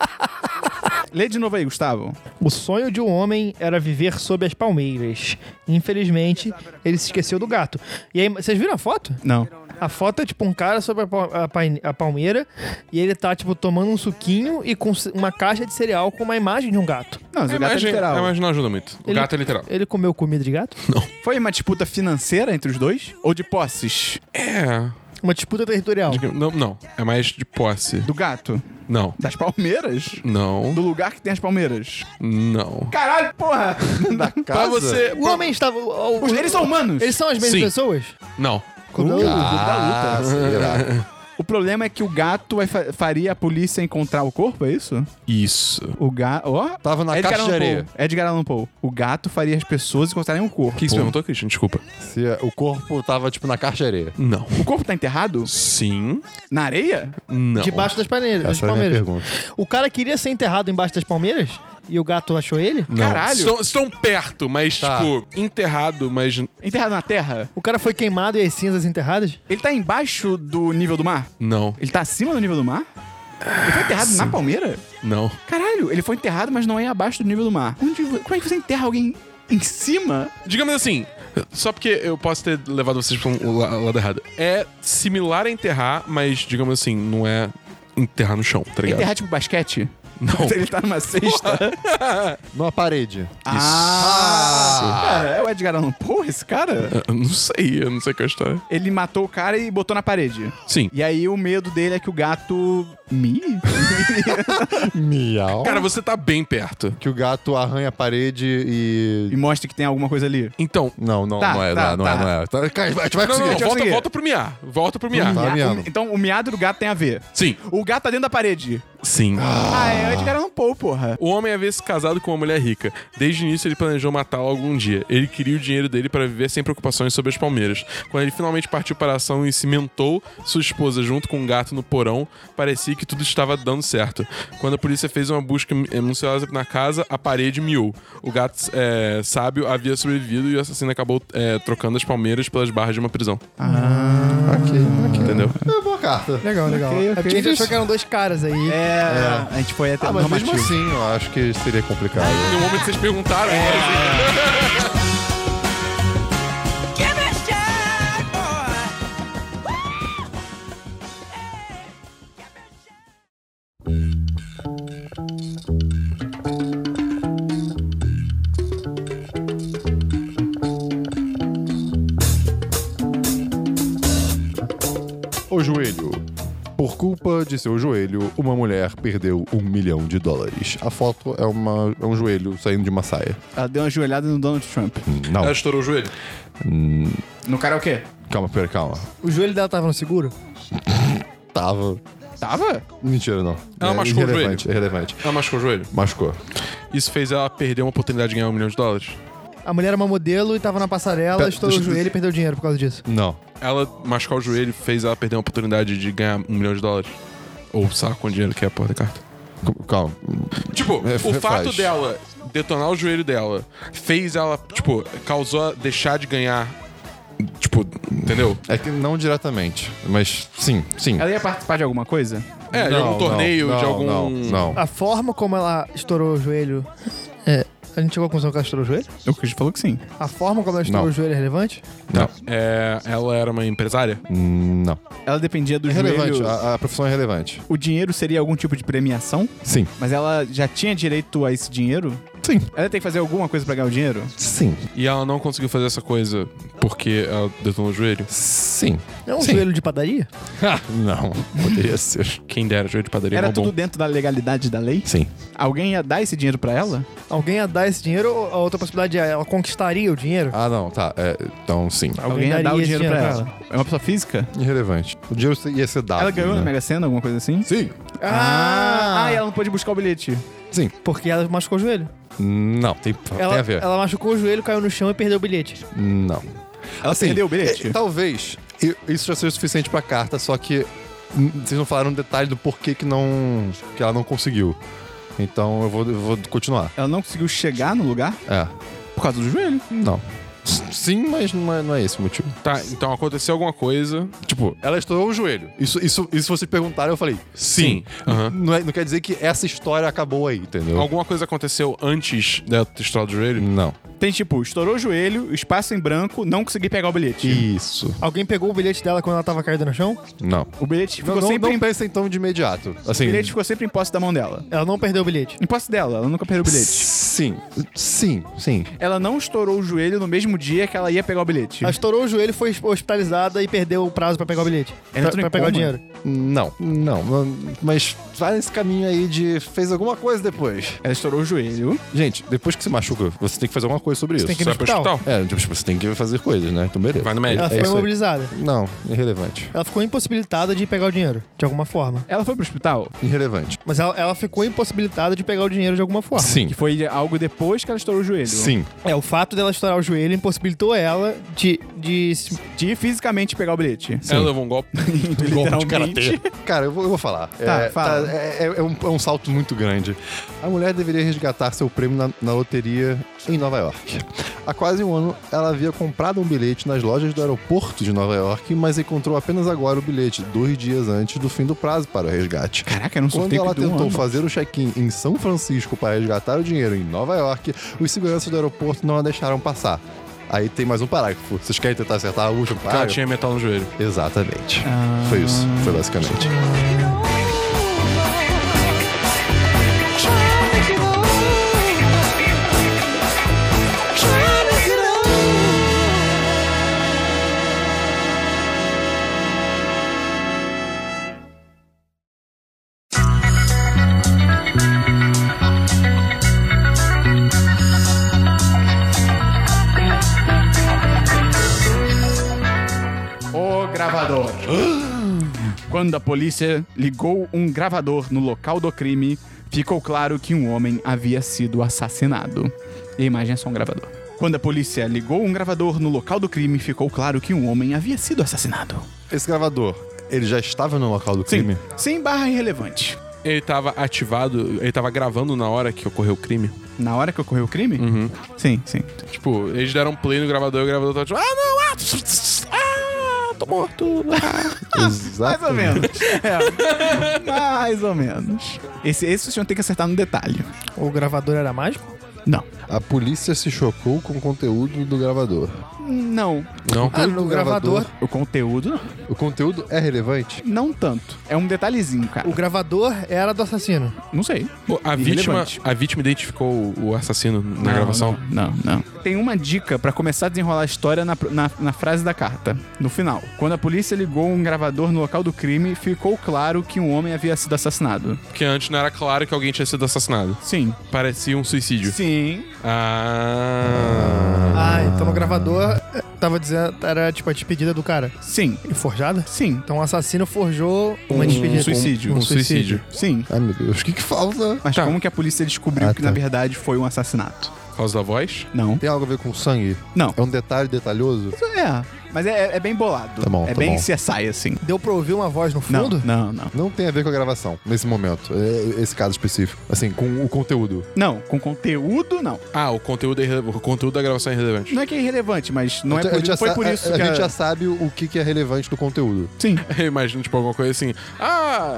Speaker 1: Lê de novo aí, Gustavo.
Speaker 4: O sonho de um homem era viver sob as palmeiras. Infelizmente, ele se esqueceu do gato. E aí, vocês viram a foto?
Speaker 1: Não.
Speaker 4: A foto é tipo um cara sobre a, pal- a paine- a palmeira e ele tá, tipo, tomando um suquinho e com ce- uma caixa de cereal com uma imagem de um gato.
Speaker 1: Não, mas
Speaker 3: A
Speaker 1: o
Speaker 3: <laughs>
Speaker 1: gato é
Speaker 3: imagem,
Speaker 1: literal.
Speaker 3: a imagem não ajuda muito. O
Speaker 4: Ele-
Speaker 3: gato é literal.
Speaker 4: Ele comeu comida de gato?
Speaker 1: Foi uma disputa financeira entre os dois? Ou de posses?
Speaker 3: É.
Speaker 4: Uma disputa territorial.
Speaker 3: Não, não. É mais de posse.
Speaker 1: Do gato?
Speaker 3: Não.
Speaker 1: Das palmeiras?
Speaker 3: Não.
Speaker 1: Do lugar que tem as palmeiras?
Speaker 3: Não.
Speaker 1: Caralho, porra!
Speaker 2: Da casa?
Speaker 3: Pra Ah, você.
Speaker 4: O homem estava. o- o-
Speaker 1: Eles são humanos!
Speaker 4: eles são as mesmas
Speaker 3: Sim.
Speaker 4: pessoas?
Speaker 3: Não.
Speaker 4: Comeu
Speaker 2: Ah, será?
Speaker 1: O problema é que o gato vai fa- faria a polícia encontrar o corpo, é isso?
Speaker 3: Isso.
Speaker 1: O gato. Ó!
Speaker 2: Tava na
Speaker 1: Edgar
Speaker 2: caixa de
Speaker 1: Allan
Speaker 2: areia.
Speaker 1: Poe. Edgar Allan Poe. O gato faria as pessoas encontrarem o corpo.
Speaker 3: O que que você perguntou, Christian? Desculpa.
Speaker 2: Se eh, o corpo tava, tipo, na caixa de areia.
Speaker 3: Não.
Speaker 1: O corpo tá enterrado?
Speaker 3: Sim.
Speaker 1: Na areia?
Speaker 3: Não.
Speaker 4: Debaixo das palmeiras. das
Speaker 2: Essa é a minha
Speaker 4: palmeiras.
Speaker 2: pergunta.
Speaker 4: O cara queria ser enterrado embaixo das palmeiras e o gato achou ele?
Speaker 3: Não.
Speaker 1: Caralho.
Speaker 3: Estão, estão perto, mas,
Speaker 2: Tá.
Speaker 3: tipo, enterrado, mas.
Speaker 1: Enterrado na terra?
Speaker 4: O cara foi queimado e as cinzas enterradas?
Speaker 1: Ele tá embaixo do nível do mar?
Speaker 3: Não.
Speaker 1: Ele tá acima do nível do mar? Ele foi enterrado na palmeira?
Speaker 3: Não.
Speaker 1: Caralho, ele foi enterrado, mas não é abaixo do nível do mar. Onde, como é que você enterra alguém em cima?
Speaker 3: Digamos assim, só porque eu posso ter levado vocês pra um la- lado errado. É similar a enterrar, mas, digamos assim, não é enterrar no chão, tá ligado?
Speaker 1: Enterrar tipo basquete?
Speaker 3: Não. <laughs>
Speaker 1: Ele tá numa cesta.
Speaker 2: Numa parede.
Speaker 1: Ah! Cara, é o Edgar Allan Poe esse cara?
Speaker 3: Eu não sei, eu não sei qual é a história.
Speaker 1: Ele matou o cara e botou na parede.
Speaker 3: Sim.
Speaker 1: E aí o medo dele é que o gato. Mi?
Speaker 2: Miau.
Speaker 3: Cara, você tá bem perto.
Speaker 2: Que o gato arranha a parede
Speaker 1: e
Speaker 2: e...
Speaker 1: mostra que tem alguma coisa ali.
Speaker 3: Então.
Speaker 2: Não, não,
Speaker 1: Tá,
Speaker 2: não é,
Speaker 1: tá,
Speaker 2: não,
Speaker 1: tá.
Speaker 2: é, não é. Tá, cara, a gente vai
Speaker 3: Não, não,
Speaker 2: conseguir.
Speaker 3: não,
Speaker 1: deixa eu
Speaker 3: volta,
Speaker 1: seguir.
Speaker 3: volta pro miar. Volta pro miar.
Speaker 2: Hum. Tá
Speaker 1: Mia-
Speaker 2: miando.
Speaker 1: então o miado do gato tem a ver.
Speaker 3: Sim,
Speaker 1: O gato tá dentro da parede.
Speaker 3: sim.
Speaker 1: Ah, é o Edgar Allan Poe, porra.
Speaker 3: O homem havia se casado com uma mulher rica. Desde o início, ele planejou matá-la algum dia. Ele queria o dinheiro dele para viver sem preocupações sobre as palmeiras. Quando ele finalmente partiu para a ação e cimentou sua esposa junto com um gato no porão, parecia que tudo estava dando certo. Quando a polícia fez uma busca minuciosa na casa, a parede miou. O gato é, sábio havia sobrevivido e o assassino acabou é, trocando as palmeiras pelas barras de uma prisão.
Speaker 2: Ok, ok.
Speaker 3: Entendeu?
Speaker 2: É uma boa carta.
Speaker 4: Legal, legal.
Speaker 1: Ok, ok.
Speaker 4: É porque a gente achou que eram dois caras aí.
Speaker 1: É, a gente foi até
Speaker 2: Ah,
Speaker 1: o
Speaker 2: mas mesmo
Speaker 1: normativo.
Speaker 2: assim, eu acho que seria complicado.
Speaker 3: E no um momento que vocês perguntaram, eu falei assim,
Speaker 5: Give it shot, boy.
Speaker 2: O joelho. Por culpa de seu joelho, uma mulher perdeu um milhão de dólares. A foto é, uma, é um joelho saindo de uma saia.
Speaker 1: Ela deu uma joelhada no Donald Trump.
Speaker 2: Não,
Speaker 3: ela estourou o joelho.
Speaker 1: No karaokê?
Speaker 2: calma, pera, calma.
Speaker 4: O joelho dela tava no seguro?
Speaker 2: Tava.
Speaker 1: Tava?
Speaker 2: Mentira, não. É
Speaker 3: Ela machucou o
Speaker 2: irrelevante, irrelevante.
Speaker 3: Ela machucou o joelho.
Speaker 2: Machucou.
Speaker 3: Isso fez ela perder uma oportunidade de ganhar um milhão de dólares.
Speaker 4: A mulher era uma modelo e tava na passarela,
Speaker 2: Tá,
Speaker 4: estourou o
Speaker 2: deixa eu-
Speaker 4: joelho e perdeu dinheiro por causa disso.
Speaker 2: Não.
Speaker 3: ela machucar o joelho fez ela perder uma oportunidade de ganhar um milhão de dólares. Ou saco com o dinheiro que é a porra da carta.
Speaker 2: C- Calma.
Speaker 3: Tipo,
Speaker 2: É,
Speaker 3: o
Speaker 2: faz.
Speaker 3: fato dela detonar o joelho dela fez ela, tipo, causou deixar de ganhar. Tipo, entendeu?
Speaker 2: É que não diretamente, mas sim, sim.
Speaker 1: Ela ia participar de alguma coisa?
Speaker 3: É, de
Speaker 2: Não,
Speaker 3: algum
Speaker 2: não,
Speaker 3: torneio,
Speaker 2: não,
Speaker 3: de algum. Ah.
Speaker 2: Não, não.
Speaker 4: A forma como ela estourou o joelho. É. A gente chegou à conclusão que ela estourou o joelho?
Speaker 1: O Chris falou que sim.
Speaker 4: A forma como ela estourou
Speaker 2: Não.
Speaker 4: o joelho é relevante?
Speaker 2: Não.
Speaker 3: É, ela era uma empresária?
Speaker 2: Não.
Speaker 1: Ela dependia do
Speaker 2: É relevante.
Speaker 1: joelho.
Speaker 2: A, a profissão é relevante.
Speaker 1: O dinheiro seria algum tipo de premiação?
Speaker 2: Sim.
Speaker 1: Mas ela já tinha direito a esse dinheiro?
Speaker 2: Sim.
Speaker 1: Ela tem que fazer alguma coisa pra ganhar o dinheiro?
Speaker 2: Sim.
Speaker 3: E ela não conseguiu fazer essa coisa porque ela detonou o joelho?
Speaker 2: Sim.
Speaker 4: É um
Speaker 2: Sim.
Speaker 4: joelho de padaria?
Speaker 2: Não. <laughs> Poderia ser.
Speaker 3: Quem dera, joelho de padaria
Speaker 1: Era
Speaker 3: é
Speaker 1: tudo
Speaker 3: bom.
Speaker 1: dentro da legalidade da lei?
Speaker 2: Sim.
Speaker 1: Alguém ia dar esse dinheiro pra ela?
Speaker 4: Alguém ia dar esse dinheiro ou a outra possibilidade é ela conquistaria o dinheiro?
Speaker 2: Ah, não, tá. É, então, sim.
Speaker 1: Alguém, ia dar o
Speaker 4: esse
Speaker 1: dinheiro, pra, ela. É uma pessoa física?
Speaker 2: Irrelevante. O dinheiro ia ser dado.
Speaker 1: ela ganhou
Speaker 2: né?
Speaker 1: na Mega Sena, alguma coisa assim?
Speaker 2: Sim.
Speaker 4: Ah!
Speaker 1: Ah, e ela não pôde buscar o bilhete.
Speaker 2: Sim.
Speaker 4: Porque ela machucou o joelho.
Speaker 2: Não. Tem,
Speaker 4: Ela,
Speaker 2: tem a ver.
Speaker 4: ela machucou o joelho, caiu no chão e perdeu o bilhete.
Speaker 2: Não.
Speaker 1: Ela perdeu o bilhete?
Speaker 2: É, talvez e- isso já seja o suficiente pra carta, só que hum, vocês não falaram um detalhe do porquê que não. que ela não conseguiu. Então eu vou, eu vou continuar.
Speaker 1: Ela não conseguiu chegar no lugar
Speaker 2: É.
Speaker 1: por causa do joelho.
Speaker 2: Não. Sim, mas não é, não é esse o motivo.
Speaker 3: Tá, então aconteceu alguma coisa.
Speaker 2: Tipo, ela estourou o joelho. Isso, isso, isso vocês perguntaram, eu falei, sim.
Speaker 3: Aham.
Speaker 2: Não, é- não quer dizer que essa história acabou aí, entendeu?
Speaker 3: Alguma coisa aconteceu antes da estrada do joelho?
Speaker 2: Não.
Speaker 1: Tem tipo, estourou o joelho, espaço em branco, não consegui pegar o bilhete.
Speaker 2: Isso.
Speaker 4: Alguém pegou o bilhete dela quando ela tava caída no chão?
Speaker 2: Não.
Speaker 1: O bilhete ficou
Speaker 2: Não, não,
Speaker 1: sempre
Speaker 2: não
Speaker 1: em...
Speaker 2: pensa então de imediato. Assim,
Speaker 1: O bilhete ficou sempre em posse da mão dela.
Speaker 4: Ela não perdeu o bilhete.
Speaker 1: Em posse dela, ela nunca perdeu o bilhete.
Speaker 2: Sim. Sim, sim.
Speaker 1: Ela não estourou o joelho no mesmo dia que ela ia pegar o bilhete.
Speaker 4: Ela estourou o joelho, foi hospitalizada e perdeu o prazo pra pegar o bilhete.
Speaker 1: Ela
Speaker 4: Pra,
Speaker 1: entrou em
Speaker 4: pra pegar o
Speaker 1: coma?
Speaker 4: dinheiro.
Speaker 2: Não. Não. Mas vai nesse caminho aí de fez alguma coisa depois.
Speaker 1: Ela estourou o joelho.
Speaker 2: Gente, depois que se machuca, você tem que fazer alguma coisa sobre isso.
Speaker 4: tem que ir
Speaker 3: Você
Speaker 4: no
Speaker 3: vai pro
Speaker 4: hospital.
Speaker 3: hospital?
Speaker 2: É, tipo, você tem que fazer coisas, né? Então beleza.
Speaker 3: Vai no médico.
Speaker 4: Ela foi
Speaker 2: isso aí.
Speaker 4: imobilizada.
Speaker 2: Não, irrelevante.
Speaker 4: Ela ficou impossibilitada de pegar o dinheiro, de alguma forma.
Speaker 1: Ela foi pro hospital,
Speaker 2: Irrelevante.
Speaker 4: Mas ela, ela ficou impossibilitada de pegar o dinheiro de alguma forma.
Speaker 2: Sim.
Speaker 1: que foi algo depois que ela estourou o joelho.
Speaker 2: Sim.
Speaker 4: É, o fato dela estourar o joelho impossibilitou ela de. de se-
Speaker 1: De fisicamente pegar o bilhete.
Speaker 3: Ela levou um <laughs> golpe.
Speaker 1: Literalmente.
Speaker 2: Cara, eu vou, eu vou falar.
Speaker 1: Tá,
Speaker 2: é,
Speaker 1: fala.
Speaker 2: tá, é, é- é um, é um salto muito grande. A mulher deveria resgatar seu prêmio na, na loteria em Nova York. Há quase um ano, ela havia comprado um bilhete nas lojas do aeroporto de Nova York, mas encontrou apenas agora o bilhete, dois dias antes do fim do prazo para o resgate.
Speaker 1: Caraca, era um
Speaker 2: Quando
Speaker 1: sorteio
Speaker 2: ela
Speaker 1: que durou um
Speaker 2: tentou
Speaker 1: ano.
Speaker 2: fazer o check-in em São Francisco para resgatar o dinheiro em Nova York, os seguranças do aeroporto não a deixaram passar. Aí tem mais um parágrafo. Vocês querem tentar acertar o último
Speaker 3: Ela
Speaker 2: parágrafo?
Speaker 3: tinha metal no joelho.
Speaker 2: Exatamente.
Speaker 1: Ah.
Speaker 2: Foi isso. Foi basicamente.
Speaker 1: O gravador. <gasps> Quando a polícia ligou um gravador no local do crime, ficou claro que um homem havia sido assassinado. E a imagem é só um gravador. Quando a polícia ligou um gravador no local do crime, ficou claro que um homem havia sido assassinado.
Speaker 2: Esse gravador, ele já estava no local do crime?
Speaker 1: Sim, sim barra irrelevante.
Speaker 3: Ele tava ativado, ele tava gravando na hora que ocorreu o crime.
Speaker 1: Na hora que ocorreu o crime? Sim, sim.
Speaker 3: Tipo, eles deram play no gravador e o gravador tava tipo, ah, não, ah, tss, tss, <laughs> ah, tô morto.
Speaker 1: Mais ou
Speaker 2: Exatamente.
Speaker 1: menos. É. Mais ou menos. Esse, esse vocês vão ter que acertar no detalhe.
Speaker 4: O gravador era mágico?
Speaker 1: Não.
Speaker 2: A polícia se chocou com o conteúdo do gravador.
Speaker 1: Não.
Speaker 3: Não.
Speaker 4: Ah,
Speaker 2: Conteúdo
Speaker 4: no
Speaker 2: do
Speaker 4: gravador.
Speaker 1: O conteúdo, não.
Speaker 2: O conteúdo é relevante?
Speaker 1: Não tanto. É um detalhezinho, cara.
Speaker 4: O gravador era do assassino.
Speaker 1: Não sei.
Speaker 3: Pô, a vítima,
Speaker 1: Irrelevante.
Speaker 3: a vítima identificou o- o assassino na
Speaker 1: Não,
Speaker 3: gravação.
Speaker 1: Não, não. não. Tem uma dica pra começar a desenrolar a história na, na, na frase da carta. No final. Quando a polícia ligou um gravador no local do crime, ficou claro que um homem havia sido assassinado.
Speaker 3: Porque antes não era claro que alguém tinha sido assassinado.
Speaker 1: Sim.
Speaker 3: Parecia um suicídio.
Speaker 1: Sim.
Speaker 3: Ah.
Speaker 4: Ah, então no gravador eh, tava dizendo. Era tipo a despedida do cara.
Speaker 1: Sim.
Speaker 4: E forjada?
Speaker 1: Sim.
Speaker 4: Então o assassino forjou uma despedida.
Speaker 1: suicídio.
Speaker 3: Um suicídio.
Speaker 1: Sim.
Speaker 2: Ai, meu Deus, o que que falta?
Speaker 1: Mas
Speaker 3: Tá.
Speaker 1: como que a polícia descobriu
Speaker 2: Ah,
Speaker 1: que
Speaker 2: tá.
Speaker 1: na verdade foi um assassinato?
Speaker 3: Por causa da voz?
Speaker 1: Não.
Speaker 2: Tem algo a ver com sangue?
Speaker 1: Não.
Speaker 2: É um detalhe detalhoso?
Speaker 1: Isso é. Mas é, é bem bolado.
Speaker 2: Tá bom,
Speaker 1: é
Speaker 2: tá
Speaker 1: bem
Speaker 2: bom.
Speaker 1: CSI, assim.
Speaker 4: Deu pra ouvir uma voz no
Speaker 1: Não,
Speaker 4: fundo?
Speaker 1: não, não.
Speaker 2: Não tem a ver com a gravação, nesse momento, é- esse caso específico. Assim, com o conteúdo.
Speaker 1: Não, com conteúdo, não.
Speaker 3: Ah, o conteúdo, é irrele- o conteúdo da gravação é irrelevante.
Speaker 1: Não é que é irrelevante, mas não é
Speaker 2: Então, a
Speaker 1: por,
Speaker 2: gente já
Speaker 1: não foi
Speaker 2: sa-
Speaker 1: por
Speaker 2: a-
Speaker 1: isso
Speaker 2: a,
Speaker 1: que
Speaker 2: gente já sabe o que que é relevante no conteúdo.
Speaker 1: Sim.
Speaker 3: Eu imagino, tipo, alguma coisa assim. Ah,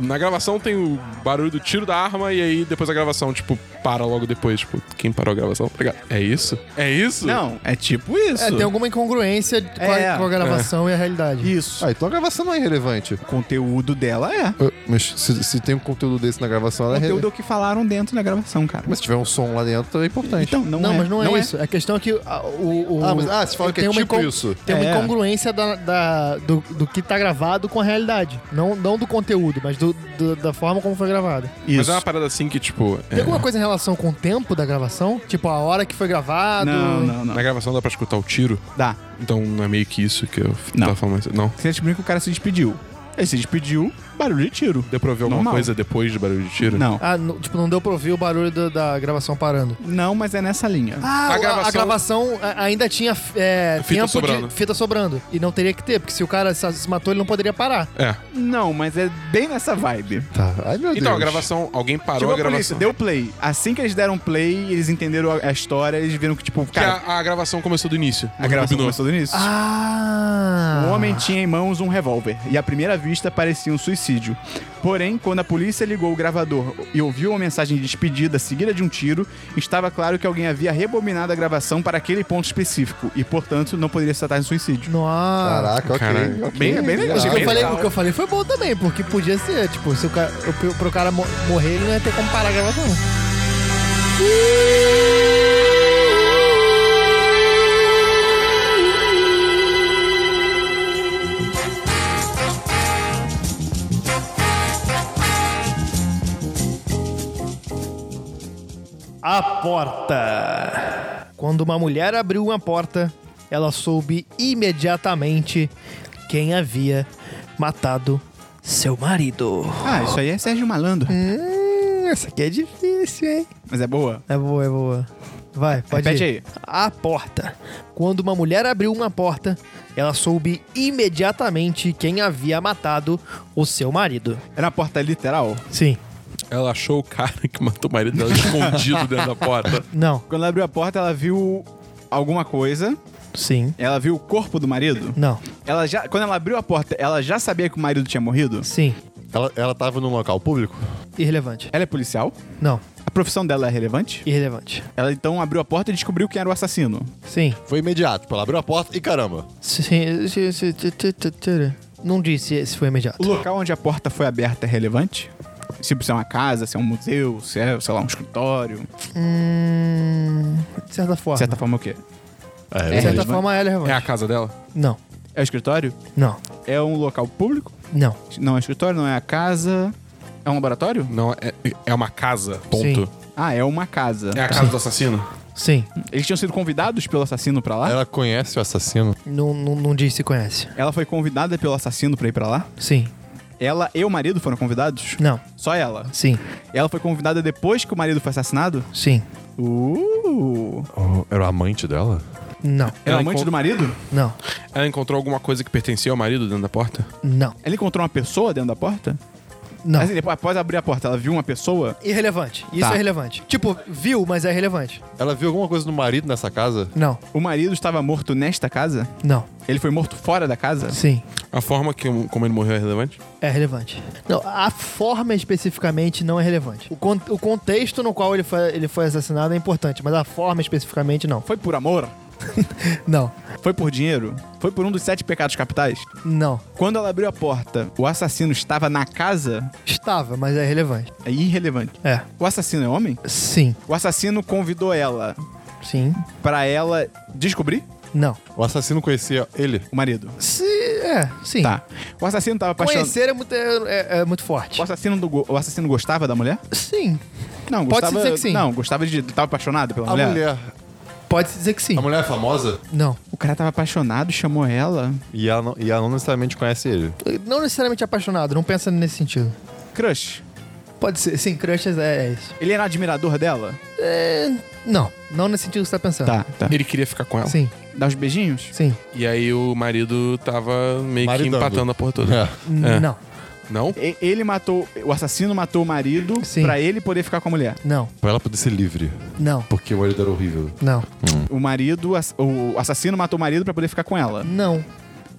Speaker 3: na gravação tem o barulho do tiro da arma e aí depois a gravação, tipo, para logo depois. Tipo, quem parou a gravação? Obrigado. É isso? É isso?
Speaker 1: Não, é tipo isso.
Speaker 4: É, tem alguma incongruência com,
Speaker 1: É.
Speaker 4: a, com a gravação e a realidade.
Speaker 1: Isso.
Speaker 2: Ah, então a gravação não é irrelevante.
Speaker 1: O conteúdo dela é.
Speaker 2: Ah, Mas se, se tem um conteúdo desse na gravação, ela
Speaker 1: O
Speaker 2: é
Speaker 1: conteúdo é
Speaker 2: relevante.
Speaker 1: o que falaram dentro da gravação, cara.
Speaker 2: Mas se tiver um som lá dentro, é importante.
Speaker 1: então, não,
Speaker 4: Não,
Speaker 1: é.
Speaker 4: mas não é isso. A questão é que ah, o. o-
Speaker 2: Ah, mas- ah, você fala que é
Speaker 4: tem uma
Speaker 2: tipo
Speaker 4: incon-
Speaker 2: isso.
Speaker 4: Tem uma
Speaker 1: É.
Speaker 4: incongruência da, da- do, do que tá gravado com a realidade. Não, não do conteúdo, mas do- do- da forma como foi gravado.
Speaker 1: Isso.
Speaker 3: Mas é uma parada assim que, tipo, é,
Speaker 4: Tem alguma coisa em relação com o tempo da gravação? Tipo, a hora que foi gravado?
Speaker 1: Não, não, não.
Speaker 3: na gravação dá pra escutar o tiro.
Speaker 1: Dá.
Speaker 3: Então não é meio que isso que eu
Speaker 1: Não.
Speaker 3: tava falando. Não.
Speaker 1: Você descobriu que o cara se despediu. Ele se despediu, Barulho de tiro.
Speaker 3: Deu pra ouvir alguma
Speaker 1: Normal.
Speaker 3: coisa depois de barulho de tiro?
Speaker 1: Não.
Speaker 4: Ah, no- tipo, não deu pra ouvir o barulho da, da gravação parando.
Speaker 1: Não, mas é nessa linha.
Speaker 4: Ah,
Speaker 3: A
Speaker 4: a gravação,
Speaker 3: gravação-
Speaker 4: a, gravação a- ainda tinha é,
Speaker 3: Fita
Speaker 4: tempo
Speaker 3: sobrando.
Speaker 4: de fita sobrando. E não teria que ter, porque se o cara se se matou, ele não poderia parar.
Speaker 3: É.
Speaker 1: Não, mas é bem nessa vibe.
Speaker 2: Tá. Ai, meu Deus.
Speaker 3: Então, a gravação, alguém parou
Speaker 1: Chegou
Speaker 3: a
Speaker 1: Tipo a polícia,
Speaker 3: gravação.
Speaker 1: deu play. Assim que eles deram play, eles entenderam a, a história, eles viram que, tipo,
Speaker 3: Que
Speaker 1: cara,
Speaker 3: a, a gravação começou do início.
Speaker 1: a gravação
Speaker 3: Combinou.
Speaker 1: começou do início.
Speaker 4: Ah!
Speaker 1: O homem tinha em mãos um revólver e à primeira vista parecia um suicídio. Porém, quando a polícia ligou o gravador e ouviu uma mensagem de despedida seguida de um tiro, estava claro que alguém havia rebobinado a gravação para aquele ponto específico e, portanto, não poderia se tratar de suicídio.
Speaker 4: Nossa!
Speaker 2: Caraca, ok.
Speaker 3: Caralho.
Speaker 2: ok.
Speaker 1: Bem- bem legal.
Speaker 4: O que eu
Speaker 1: Bem
Speaker 4: falei-
Speaker 1: legal.
Speaker 4: o que eu falei foi bom também, porque podia ser, tipo, se o cara, o- pro, pro cara mo- morrer, ele não ia ter como parar a gravação. A porta. Quando uma mulher abriu uma porta, ela soube imediatamente quem havia matado seu marido.
Speaker 1: Ah, isso aí é Sérgio Malandro.
Speaker 4: Hum, essa aqui é difícil, hein?
Speaker 1: Mas é boa.
Speaker 4: É boa, é boa. Vai, pode
Speaker 1: Repete
Speaker 4: ir. A porta. Quando uma mulher abriu uma porta, ela soube imediatamente quem havia matado o seu marido.
Speaker 1: Era uma porta literal.
Speaker 4: Sim.
Speaker 3: Ela achou o cara que matou o marido dela <laughs> escondido dentro da porta.
Speaker 4: Não.
Speaker 1: Quando ela abriu a porta, ela viu alguma coisa.
Speaker 4: Sim.
Speaker 1: Ela viu o corpo do marido.
Speaker 4: Não.
Speaker 1: Ela já, quando ela abriu a porta, ela já sabia que o marido tinha morrido?
Speaker 4: Sim.
Speaker 2: Ela, ela tava num local público?
Speaker 4: Irrelevante.
Speaker 1: Ela é policial?
Speaker 4: Não.
Speaker 1: A profissão dela é relevante?
Speaker 4: Irrelevante.
Speaker 1: Ela então abriu a porta e descobriu quem era o assassino.
Speaker 4: Sim.
Speaker 2: Foi imediato. Tipo, ela abriu a porta e caramba.
Speaker 4: Sim. sim, sim, sim, sim, sim, sim. Não disse se foi imediato.
Speaker 1: O local onde a porta foi aberta é relevante? Tipo, se é uma casa, se é um museu, se é, sei lá, um escritório.
Speaker 4: Hum, de certa forma.
Speaker 1: De certa forma, o quê?
Speaker 2: É,
Speaker 4: De certa
Speaker 1: relevante.
Speaker 4: forma, ela é
Speaker 3: É
Speaker 4: relevante.
Speaker 3: a casa dela?
Speaker 4: Não.
Speaker 1: É o escritório?
Speaker 4: Não.
Speaker 1: É um local público?
Speaker 4: Não.
Speaker 1: Não é escritório, não é a casa. É um laboratório?
Speaker 3: Não, é, é uma casa, ponto.
Speaker 1: Ah, é uma casa.
Speaker 3: É a casa do assassino?
Speaker 4: Sim.
Speaker 1: Eles tinham sido convidados pelo assassino pra lá?
Speaker 2: Ela conhece o assassino?
Speaker 4: Não, não, não disse se conhece.
Speaker 1: Ela foi convidada pelo assassino pra ir pra lá?
Speaker 4: Sim.
Speaker 1: Ela e o marido foram convidados?
Speaker 4: Não.
Speaker 1: Só ela?
Speaker 4: Sim.
Speaker 1: Ela foi convidada depois que o marido foi assassinado?
Speaker 4: Sim.
Speaker 1: Uh!
Speaker 2: era o amante dela?
Speaker 4: Não.
Speaker 1: Era
Speaker 3: Ela
Speaker 1: amante
Speaker 3: encont-
Speaker 1: do marido?
Speaker 4: Não.
Speaker 3: Ela encontrou alguma coisa que pertencia ao marido dentro da porta?
Speaker 4: Não.
Speaker 1: Ela encontrou uma pessoa dentro da porta?
Speaker 4: Não.
Speaker 1: Assim, depois, após abrir a porta, ela viu uma pessoa?
Speaker 4: Irrelevante. Isso
Speaker 1: Tá.
Speaker 4: é relevante. Tipo, viu, mas é relevante.
Speaker 2: Ela viu alguma coisa no marido nessa casa?
Speaker 4: Não.
Speaker 1: O marido estava morto nesta casa?
Speaker 4: Não.
Speaker 1: Ele foi morto fora da casa?
Speaker 4: Sim.
Speaker 3: A forma que, como ele morreu é relevante?
Speaker 4: É relevante. Não, a forma especificamente não é relevante. O, con- o contexto no qual ele foi, ele foi assassinado é importante, mas a forma especificamente não.
Speaker 1: Foi por amor?
Speaker 4: Não.
Speaker 1: Foi por dinheiro? Foi por um dos sete pecados capitais?
Speaker 4: Não.
Speaker 1: Quando ela abriu a porta, o assassino estava na casa?
Speaker 4: Estava, mas é relevante.
Speaker 1: É irrelevante.
Speaker 4: É.
Speaker 1: O assassino é homem?
Speaker 4: Sim.
Speaker 1: O assassino convidou ela
Speaker 4: Sim.
Speaker 1: pra ela descobrir
Speaker 4: Não.
Speaker 2: O assassino conhecia ele?
Speaker 1: o marido.
Speaker 4: Se, é, sim.
Speaker 1: Tá. O assassino tava apaixonado.
Speaker 4: Conhecer é muito, é, é- é muito forte.
Speaker 1: O assassino, do go- o assassino gostava da mulher?
Speaker 4: Sim.
Speaker 1: Não,
Speaker 4: Pode-se
Speaker 1: gostava.
Speaker 4: dizer que sim.
Speaker 1: Não, gostava de. Tava apaixonado pela
Speaker 2: A mulher.
Speaker 4: Pode-se dizer que sim.
Speaker 2: A mulher é famosa?
Speaker 4: Não.
Speaker 1: O cara tava apaixonado, chamou ela.
Speaker 2: E ela, não, e ela não necessariamente conhece ele.
Speaker 4: Não necessariamente apaixonado, não pensa nesse sentido.
Speaker 1: Crush.
Speaker 4: Pode ser, sim, crushes é, é isso.
Speaker 1: Ele era admirador dela?
Speaker 4: É, não, não nesse sentido que você tá pensando.
Speaker 1: Tá, tá.
Speaker 3: Ele queria ficar com ela.
Speaker 4: Sim,
Speaker 1: Dá os beijinhos?
Speaker 4: sim.
Speaker 3: E aí o marido tava meio
Speaker 2: Maridando.
Speaker 3: que empatando a porra toda. É.
Speaker 4: Não,
Speaker 3: Não?
Speaker 1: E- Ele matou. O assassino matou o marido
Speaker 4: Sim.
Speaker 1: pra ele poder ficar com a mulher.
Speaker 4: não,
Speaker 2: Pra ela poder ser livre.
Speaker 4: não,
Speaker 2: Porque o marido era horrível.
Speaker 1: Tá,
Speaker 4: não,
Speaker 1: O marido. ass- O assassino matou o marido pra poder ficar com ela.
Speaker 4: não,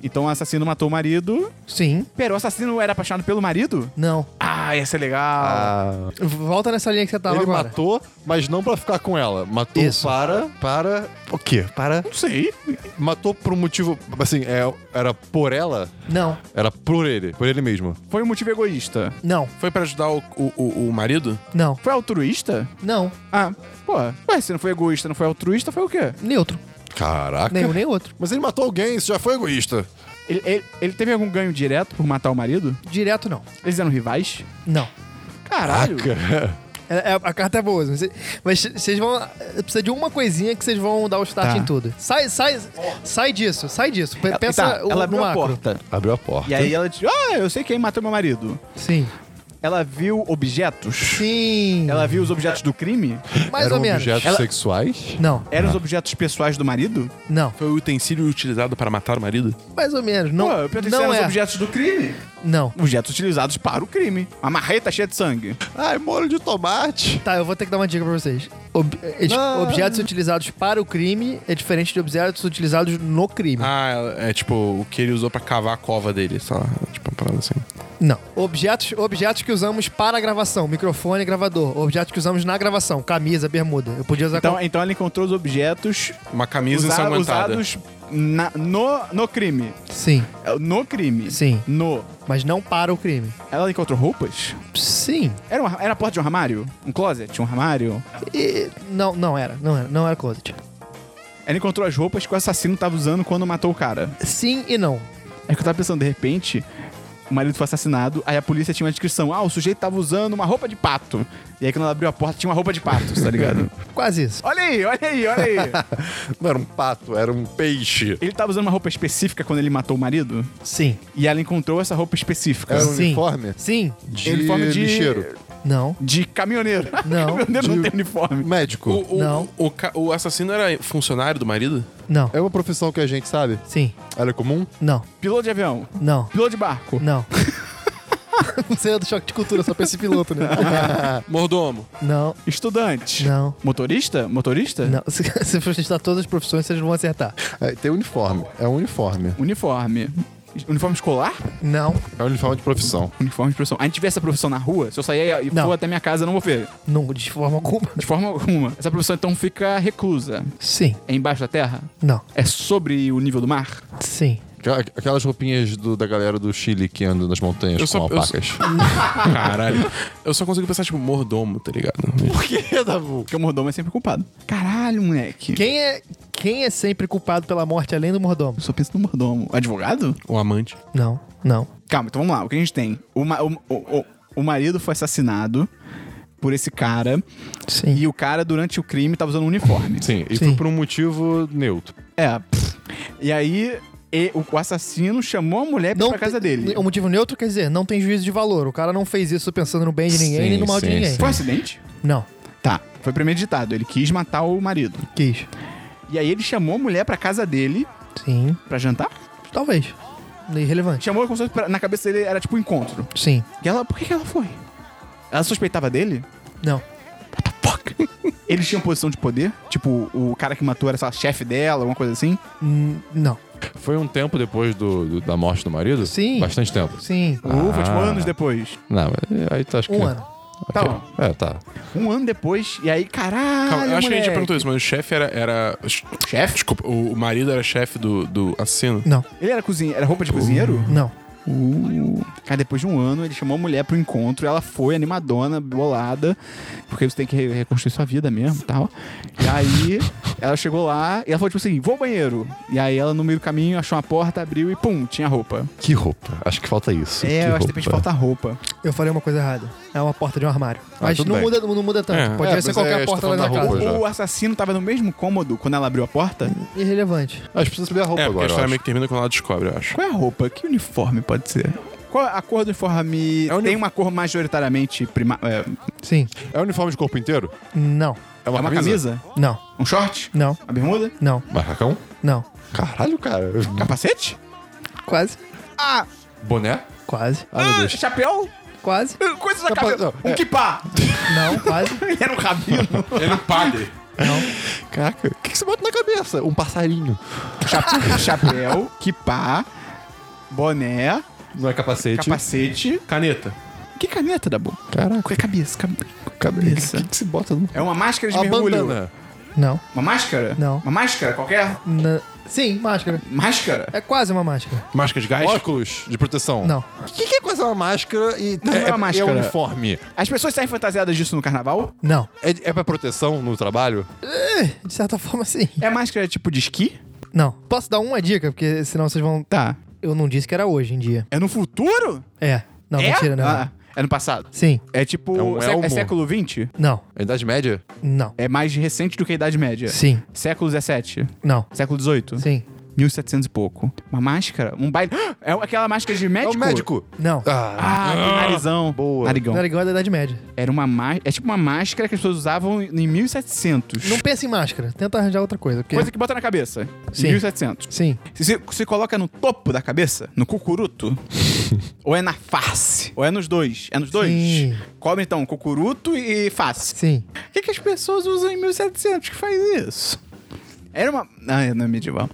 Speaker 1: Então o assassino matou o marido.
Speaker 4: sim,
Speaker 1: Pera, o assassino era apaixonado pelo marido?
Speaker 4: não.
Speaker 1: Ah, ia ser legal.
Speaker 4: Volta nessa linha que você tava
Speaker 2: ele
Speaker 4: agora.
Speaker 2: matou, mas não pra ficar com ela. Matou
Speaker 4: Isso.
Speaker 2: para. Para. O quê? Para.
Speaker 1: Não sei.
Speaker 2: Matou por um motivo. Assim, é, era por ela.
Speaker 4: Não,
Speaker 2: Era por ele. Por ele mesmo.
Speaker 1: Foi um motivo egoísta.
Speaker 4: não,
Speaker 3: Foi pra ajudar o, o, o- o marido?
Speaker 4: não,
Speaker 1: Foi altruísta?
Speaker 4: não,
Speaker 1: Ah, pô. Ué, se não foi egoísta, não foi altruísta, foi o quê?
Speaker 4: neutro.
Speaker 2: Caraca.
Speaker 4: Nenhum
Speaker 2: <laughs>
Speaker 4: nem outro.
Speaker 2: Mas ele matou alguém, isso já foi egoísta.
Speaker 1: Ele, ele- ele teve algum ganho direto por matar o marido?
Speaker 4: Direto não,
Speaker 1: Eles eram rivais?
Speaker 4: não.
Speaker 1: Caralho.
Speaker 4: É- é- a carta é boa. Mas mas vocês vão. Precisa de uma coisinha que vocês vão dar o start
Speaker 1: Tá.
Speaker 4: em tudo. Sai, sai, sai disso, sai disso. Pe- Pensa
Speaker 1: tá,
Speaker 4: o-
Speaker 1: ela
Speaker 4: no
Speaker 1: abriu a
Speaker 4: macro.
Speaker 1: porta.
Speaker 2: Abriu a porta.
Speaker 1: E aí ela disse: Ah, eu sei quem matou meu marido.
Speaker 4: Sim.
Speaker 1: Ela viu objetos?
Speaker 4: Sim.
Speaker 1: Ela viu os objetos do crime?
Speaker 4: Mais
Speaker 2: Eram
Speaker 4: ou menos.
Speaker 2: um objetos
Speaker 1: Ela-
Speaker 2: sexuais?
Speaker 4: Não,
Speaker 1: Eram os objetos pessoais do marido?
Speaker 4: não.
Speaker 3: Foi o utensílio utilizado para matar o marido?
Speaker 4: Mais ou menos. Não,
Speaker 1: Pô, eu perguntei se
Speaker 4: não
Speaker 1: eram os
Speaker 4: é.
Speaker 1: objetos do crime.
Speaker 4: Não.
Speaker 1: Objetos utilizados para o crime. Uma marreta cheia de sangue.
Speaker 2: Ai, molho de tomate.
Speaker 4: Tá, eu vou ter que dar uma dica pra vocês. Ob- eles-
Speaker 2: Não.
Speaker 4: Objetos utilizados para o crime é diferente de objetos utilizados no crime.
Speaker 3: Ah, é tipo o que ele usou pra cavar a cova dele, sei lá. Tipo uma parada assim.
Speaker 4: Não. Objetos, objetos que usamos para a gravação. Microfone, gravador. Objetos que usamos na gravação. Camisa, bermuda. Eu podia usar...
Speaker 1: Então, então ela encontrou os objetos
Speaker 3: Uma camisa
Speaker 1: usa-
Speaker 3: ensanguentada.
Speaker 1: usados na- no, no crime.
Speaker 4: com- Sim,
Speaker 1: É, No crime.
Speaker 4: Sim.
Speaker 1: No.
Speaker 4: mas não para o crime.
Speaker 1: Ela encontrou roupas?
Speaker 4: Sim.
Speaker 1: Era, uma, era a porta de um armário? Um closet? Um armário?
Speaker 4: E- Não, não era. Não era. Não era closet.
Speaker 1: Ela encontrou as roupas que o assassino tava usando quando matou o cara.
Speaker 4: Sim e não.
Speaker 1: É que eu tava pensando, de repente, o marido foi assassinado, aí a polícia tinha uma descrição. Ah, o sujeito tava usando uma roupa de pato. E aí quando ela abriu a porta, tinha uma roupa de pato, tá ligado?
Speaker 4: Quase isso.
Speaker 1: <laughs> olha aí, olha aí, olha aí.
Speaker 2: Não era um pato, era um peixe.
Speaker 1: Ele tava usando uma roupa específica quando ele matou o marido,
Speaker 4: Sim.
Speaker 1: e ela encontrou essa roupa específica.
Speaker 2: Era um
Speaker 4: Sim.
Speaker 2: uniforme?
Speaker 4: Sim.
Speaker 2: De
Speaker 1: Uniforme de-
Speaker 2: lixeiro.
Speaker 4: Não.
Speaker 1: De caminhoneiro.
Speaker 4: Não.
Speaker 1: caminhoneiro <laughs> não
Speaker 2: De-
Speaker 1: tem uniforme.
Speaker 2: Médico.
Speaker 3: O, o-
Speaker 4: Não.
Speaker 3: O, ca- o assassino era funcionário do marido?
Speaker 4: Não.
Speaker 2: É uma profissão que a gente sabe.
Speaker 4: Sim.
Speaker 2: Ela é comum?
Speaker 4: Não.
Speaker 1: Piloto de avião.
Speaker 4: Não.
Speaker 1: Piloto de barco.
Speaker 2: <laughs>
Speaker 4: Não. Você é do choque de cultura, só pra esse piloto, né?
Speaker 3: Mordomo.
Speaker 4: Não.
Speaker 1: Estudante.
Speaker 4: Não.
Speaker 1: Motorista? Motorista?
Speaker 4: Não. <laughs> Se, se for testar todas as profissões, vocês vão acertar.
Speaker 2: <laughs> É, tem uniforme. É um uniforme.
Speaker 1: Uniforme. Uniforme escolar?
Speaker 4: Não.
Speaker 2: É um uniforme de profissão.
Speaker 1: Uniforme de profissão. A gente vê essa profissão na rua, se eu sair e
Speaker 4: Não.
Speaker 1: for até minha casa, eu não vou ver.
Speaker 4: Não, de forma alguma.
Speaker 1: De forma alguma. Essa profissão então fica reclusa.
Speaker 4: Sim.
Speaker 1: É embaixo da terra?
Speaker 4: Não.
Speaker 1: É sobre o nível do mar?
Speaker 4: Sim.
Speaker 2: Aquela- Aquelas roupinhas do- da galera do Chile que anda nas montanhas com
Speaker 3: Eu só- eu
Speaker 2: alpacas. <laughs>
Speaker 3: Caralho. eu só consigo pensar, tipo, mordomo, tá ligado?
Speaker 1: Porque o mordomo é sempre culpado. Caralho, moleque.
Speaker 4: Quem é, quem é sempre culpado pela morte além do mordomo?
Speaker 1: Eu só penso no mordomo. Advogado?
Speaker 3: O amante.
Speaker 4: Não. Não.
Speaker 1: Calma, então vamos lá. O que a gente tem? O, ma- o- o- o- o marido foi assassinado por esse cara.
Speaker 4: Sim.
Speaker 1: E o cara, durante o crime, tava usando um uniforme.
Speaker 2: Sim, e
Speaker 4: Sim.
Speaker 2: foi por um motivo neutro.
Speaker 1: É. pff. E aí, e- o, o assassino chamou a mulher pra ir pra casa
Speaker 4: tem-
Speaker 1: dele.
Speaker 4: O motivo neutro quer dizer, não tem juízo de valor. O cara não fez isso pensando no bem de ninguém
Speaker 2: Sim,
Speaker 4: nem no mal de
Speaker 2: sim,
Speaker 4: ninguém.
Speaker 1: Foi um acidente?
Speaker 4: Não.
Speaker 1: Tá. Foi premeditado. Ele quis matar o marido.
Speaker 4: Quis.
Speaker 1: E aí ele chamou a mulher pra casa dele
Speaker 4: Sim.
Speaker 1: pra jantar?
Speaker 4: Talvez. Irrelevante.
Speaker 1: Chamou como se fosse pra- na cabeça dele era tipo um encontro.
Speaker 4: Sim.
Speaker 1: E ela, por que, que ela foi? Ela suspeitava dele?
Speaker 4: Não.
Speaker 1: Fuck. Eles tinham posição de poder? Tipo, o cara que matou era, sei lá, chefe dela, alguma coisa assim?
Speaker 4: Hum, Não.
Speaker 2: Foi um tempo depois do, do- da morte do marido?
Speaker 4: Sim.
Speaker 2: Bastante tempo.
Speaker 4: Sim.
Speaker 1: Uh, foi tipo
Speaker 3: Ah.
Speaker 1: anos depois.
Speaker 2: Não, mas aí tá acho que.
Speaker 4: Um ano.
Speaker 1: Tá
Speaker 2: Ok.
Speaker 1: bom.
Speaker 2: É, tá.
Speaker 1: Um ano depois, e aí, caralho,
Speaker 3: Calma, eu acho que a gente
Speaker 1: moleque.
Speaker 3: já perguntou isso, mas o chefe era. era... Chefe? Desculpa, o o marido era chefe do, do assassino?
Speaker 4: Não.
Speaker 1: Ele era cozinheiro, era roupa de cozinheiro?
Speaker 4: Não.
Speaker 1: Uh. Cara, depois de um ano, ele chamou a mulher pro encontro, ela foi animadona, bolada, porque você tem que re- reconstruir sua vida mesmo e tal. E aí, ela chegou lá e ela falou tipo assim: vou ao banheiro. E aí, ela no meio do caminho achou uma porta, abriu e pum, tinha roupa.
Speaker 2: Que roupa? Acho que falta isso.
Speaker 1: É, eu acho que de repente
Speaker 2: roupa.
Speaker 1: falta roupa.
Speaker 4: Eu falei uma coisa errada. É uma porta de um armário. Mas
Speaker 2: Ah, tudo
Speaker 4: não
Speaker 2: bem.
Speaker 4: muda, não muda tanto.
Speaker 3: É.
Speaker 4: Podia
Speaker 2: É, mas
Speaker 4: ser
Speaker 2: é,
Speaker 4: qualquer
Speaker 2: a gente
Speaker 4: porta
Speaker 2: tá
Speaker 4: lá da
Speaker 2: falando da
Speaker 4: casa.
Speaker 2: roupa
Speaker 1: O assassino tava no mesmo cômodo quando ela abriu a porta?
Speaker 4: Irrelevante.
Speaker 2: Acho que precisa saber a roupa
Speaker 3: É, porque a
Speaker 2: agora. eu
Speaker 3: história
Speaker 2: acho.
Speaker 3: meio que termina quando ela descobre, eu acho.
Speaker 1: Qual é a roupa? Que uniforme pode ser? Qual a cor do uniforme?
Speaker 3: É o uni-
Speaker 1: Tem uma cor majoritariamente prima... é,
Speaker 4: Sim.
Speaker 2: É um uniforme de corpo inteiro?
Speaker 4: Não.
Speaker 1: é
Speaker 2: É uma, camisa?
Speaker 4: Não.
Speaker 1: Um short?
Speaker 4: Não.
Speaker 1: Uma bermuda?
Speaker 4: Não.
Speaker 2: Macacão?
Speaker 4: Não.
Speaker 2: Caralho, cara.
Speaker 1: Hum. Capacete?
Speaker 4: Quase.
Speaker 1: Ah,
Speaker 2: Boné?
Speaker 4: Quase.
Speaker 2: Ai, meu
Speaker 1: ah,
Speaker 2: Deus.
Speaker 1: chapéu?
Speaker 4: Quase.
Speaker 1: Coisa da
Speaker 2: Capa-
Speaker 1: cabeça.
Speaker 2: não,
Speaker 1: Um
Speaker 2: é.
Speaker 1: kipá. <laughs>
Speaker 4: Não, quase.
Speaker 1: Ele era um rabino.
Speaker 3: Ele é padre.
Speaker 4: Não.
Speaker 2: Caraca. O que, que você bota na cabeça? Um passarinho.
Speaker 1: Chape- <laughs> chapéu, kipá, boné,
Speaker 2: Não é capacete.
Speaker 1: capacete.
Speaker 3: Caneta.
Speaker 1: Que caneta, Dabu?
Speaker 2: Caraca.
Speaker 1: É cabeça, cabe-
Speaker 2: Cabeça. O
Speaker 1: cabeça.
Speaker 2: que, que se bota Um no...
Speaker 1: É uma máscara de
Speaker 2: A
Speaker 1: mergulho.
Speaker 2: bandana.
Speaker 4: Não.
Speaker 1: Uma máscara?
Speaker 4: Não.
Speaker 1: Uma máscara qualquer?
Speaker 4: Na- Sim, máscara.
Speaker 1: Máscara?
Speaker 4: É quase uma máscara.
Speaker 3: Máscara de gás?
Speaker 2: Óculos de proteção.
Speaker 4: Não.
Speaker 2: O que, que é coisa uma máscara e
Speaker 1: Não, não é uma máscara.
Speaker 2: É um uniforme.
Speaker 1: As pessoas saem fantasiadas disso no carnaval?
Speaker 4: Não.
Speaker 2: É, é pra proteção no trabalho?
Speaker 4: De certa forma, sim.
Speaker 1: É máscara tipo de esqui?
Speaker 4: Não. Posso dar uma dica? Porque senão vocês vão.
Speaker 1: Tá.
Speaker 4: Eu não disse que era hoje em dia.
Speaker 1: É no futuro?
Speaker 4: É. Não, mentira, não.
Speaker 1: Ah, É no passado.
Speaker 4: Sim.
Speaker 1: É tipo.
Speaker 3: É um
Speaker 1: sé-
Speaker 3: elmo.
Speaker 1: é século XX?
Speaker 4: Não.
Speaker 2: É Idade Média?
Speaker 4: Não.
Speaker 1: É mais recente do que a Idade Média.
Speaker 4: Sim.
Speaker 1: Século XVII.
Speaker 4: Não.
Speaker 1: Século XVIII.
Speaker 4: Sim.
Speaker 1: 1700 e pouco. Uma máscara? Um baile. <gasps> É aquela máscara de médico?
Speaker 2: É o médico!
Speaker 4: Não.
Speaker 2: Ah,
Speaker 1: Ah, tem narizão.
Speaker 2: Boa.
Speaker 1: Narigão.
Speaker 4: Narigão é da Idade Média.
Speaker 1: Era uma máscara. É tipo uma máscara que as pessoas usavam em 1700.
Speaker 4: Não pensa em máscara. Tenta arranjar outra coisa. Porque...
Speaker 1: Coisa que bota na cabeça.
Speaker 4: Sim.
Speaker 1: 1700.
Speaker 4: Sim.
Speaker 1: Se você se coloca no topo da cabeça, no cucuruto, ou é na face, ou é nos dois. É nos dois?
Speaker 4: Sim.
Speaker 1: Cobre então cucuruto e face.
Speaker 4: Sim.
Speaker 1: O que, que as pessoas usam em 1700 que faz isso? Era uma. Ah, não é medieval.
Speaker 2: Eu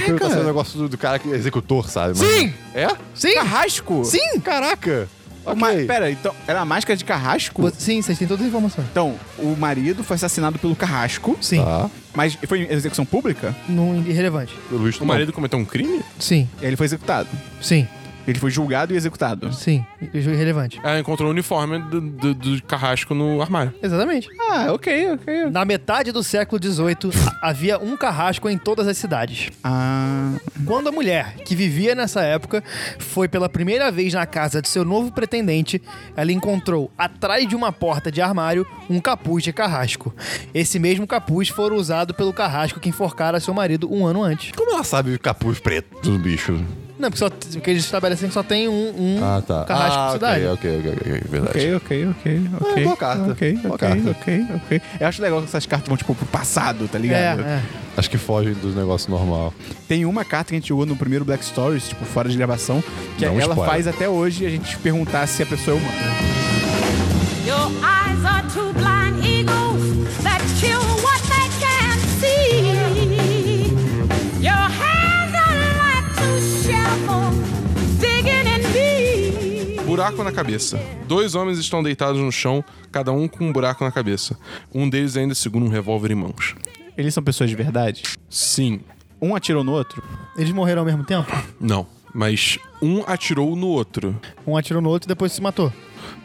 Speaker 2: quero passar o
Speaker 1: Caraca!
Speaker 2: negócio do, do cara que é executor, sabe? Mas-
Speaker 4: Sim!
Speaker 2: É?
Speaker 4: Sim!
Speaker 1: Carrasco?
Speaker 4: Sim!
Speaker 2: Caraca! Ok.
Speaker 1: Uma, pera, então. Era a máscara de carrasco?
Speaker 4: Vo- Sim, vocês têm todas as informações.
Speaker 1: Então, o marido foi assassinado pelo carrasco,
Speaker 4: Sim.
Speaker 2: Tá.
Speaker 1: mas foi em execução pública
Speaker 4: Não irrelevante.
Speaker 2: Pelo visto,
Speaker 3: O marido cometeu um crime?
Speaker 4: Sim.
Speaker 1: e aí ele foi executado.
Speaker 4: Sim.
Speaker 1: Ele foi julgado e executado.
Speaker 4: Sim. é Irrelevante.
Speaker 3: Ela encontrou o uniforme do, do- do carrasco no armário.
Speaker 4: Exatamente.
Speaker 1: Ah, ok, ok.
Speaker 4: Na metade do século XVIII, havia um carrasco em todas as cidades.
Speaker 1: Ah.
Speaker 4: Quando a mulher, que vivia nessa época, foi pela primeira vez na casa de seu novo pretendente, ela encontrou, atrás de uma porta de armário, um capuz de carrasco. Esse mesmo capuz fora usado pelo carrasco que enforcara seu marido um ano antes.
Speaker 2: Como ela sabe o capuz preto do bicho?
Speaker 4: Não, porque, só, porque eles estabelecem que só tem um, um
Speaker 3: tá.
Speaker 4: carrasco
Speaker 2: Ah,
Speaker 4: por cidade.
Speaker 2: ok, ok, ok, ok, verdade.
Speaker 1: Ok, ok, ok, ok.
Speaker 2: É, boa carta.
Speaker 1: Ok,
Speaker 2: Boa
Speaker 1: ok,
Speaker 2: carta.
Speaker 1: ok, ok. Eu acho legal que essas cartas vão, tipo, pro passado, tá ligado?
Speaker 4: É, é.
Speaker 2: Acho que fogem dos negócios normal.
Speaker 1: Tem uma carta que a gente jogou no primeiro Black Stories, tipo, fora de gravação, que
Speaker 2: Dá um
Speaker 1: ela
Speaker 2: spoiler.
Speaker 1: faz até hoje a gente perguntar se a pessoa é humana.
Speaker 6: Your eyes are two blind eagles that kill what they can't see. Your hands are like two shovels digging in me.
Speaker 3: Buraco na cabeça. Dois homens estão deitados no chão, cada um com um buraco na cabeça. Um deles ainda segura um revólver em mãos.
Speaker 1: Eles são pessoas de verdade?
Speaker 3: Sim.
Speaker 1: Um atirou no outro?
Speaker 4: Eles morreram ao mesmo tempo?
Speaker 3: Não. Mas um atirou no outro.
Speaker 4: Um atirou no outro e depois se matou.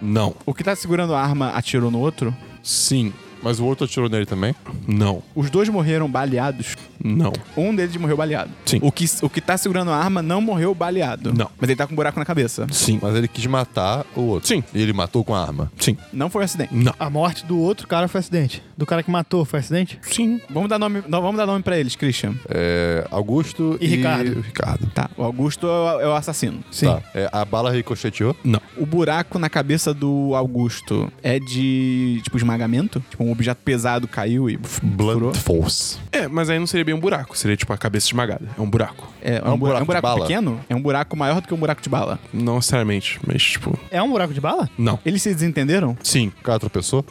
Speaker 3: Não.
Speaker 1: O que tá segurando a arma atirou no outro?
Speaker 3: Sim.
Speaker 2: Mas o outro atirou nele também?
Speaker 3: Não.
Speaker 1: Os dois morreram baleados.
Speaker 3: Não.
Speaker 1: Um deles morreu baleado.
Speaker 3: Sim.
Speaker 1: O que, o que tá segurando a arma não morreu baleado.
Speaker 3: Não.
Speaker 1: Mas ele tá com um buraco na cabeça.
Speaker 3: Sim.
Speaker 2: Mas ele quis matar o outro.
Speaker 3: Sim.
Speaker 2: E ele matou com a arma.
Speaker 3: Sim.
Speaker 1: Não foi um acidente.
Speaker 3: Não.
Speaker 4: A morte do outro cara foi um acidente. Do cara que matou foi um acidente?
Speaker 3: Sim.
Speaker 1: Vamos dar nome, não, vamos dar nome pra eles, Christian.
Speaker 2: É, Augusto
Speaker 4: E Ricardo.
Speaker 2: Ricardo.
Speaker 1: Tá, o Augusto é o- é o assassino.
Speaker 4: Sim.
Speaker 2: Tá. É, a bala ricocheteou?
Speaker 3: Não.
Speaker 1: O buraco na cabeça do Augusto é de, tipo, esmagamento? Tipo, um objeto pesado caiu e... f- furou?
Speaker 2: Blunt force.
Speaker 3: É, mas aí não seria bem um buraco. Seria tipo a cabeça esmagada. É um buraco.
Speaker 1: É,
Speaker 2: um
Speaker 1: um, bura-
Speaker 2: buraco
Speaker 1: é
Speaker 2: de
Speaker 1: um buraco
Speaker 2: bala?
Speaker 1: pequeno? É um buraco maior do que um buraco de bala.
Speaker 3: Não necessariamente, mas tipo.
Speaker 4: É um buraco de bala?
Speaker 3: Não.
Speaker 1: Eles se desentenderam?
Speaker 3: Sim.
Speaker 2: O cara tropeçou?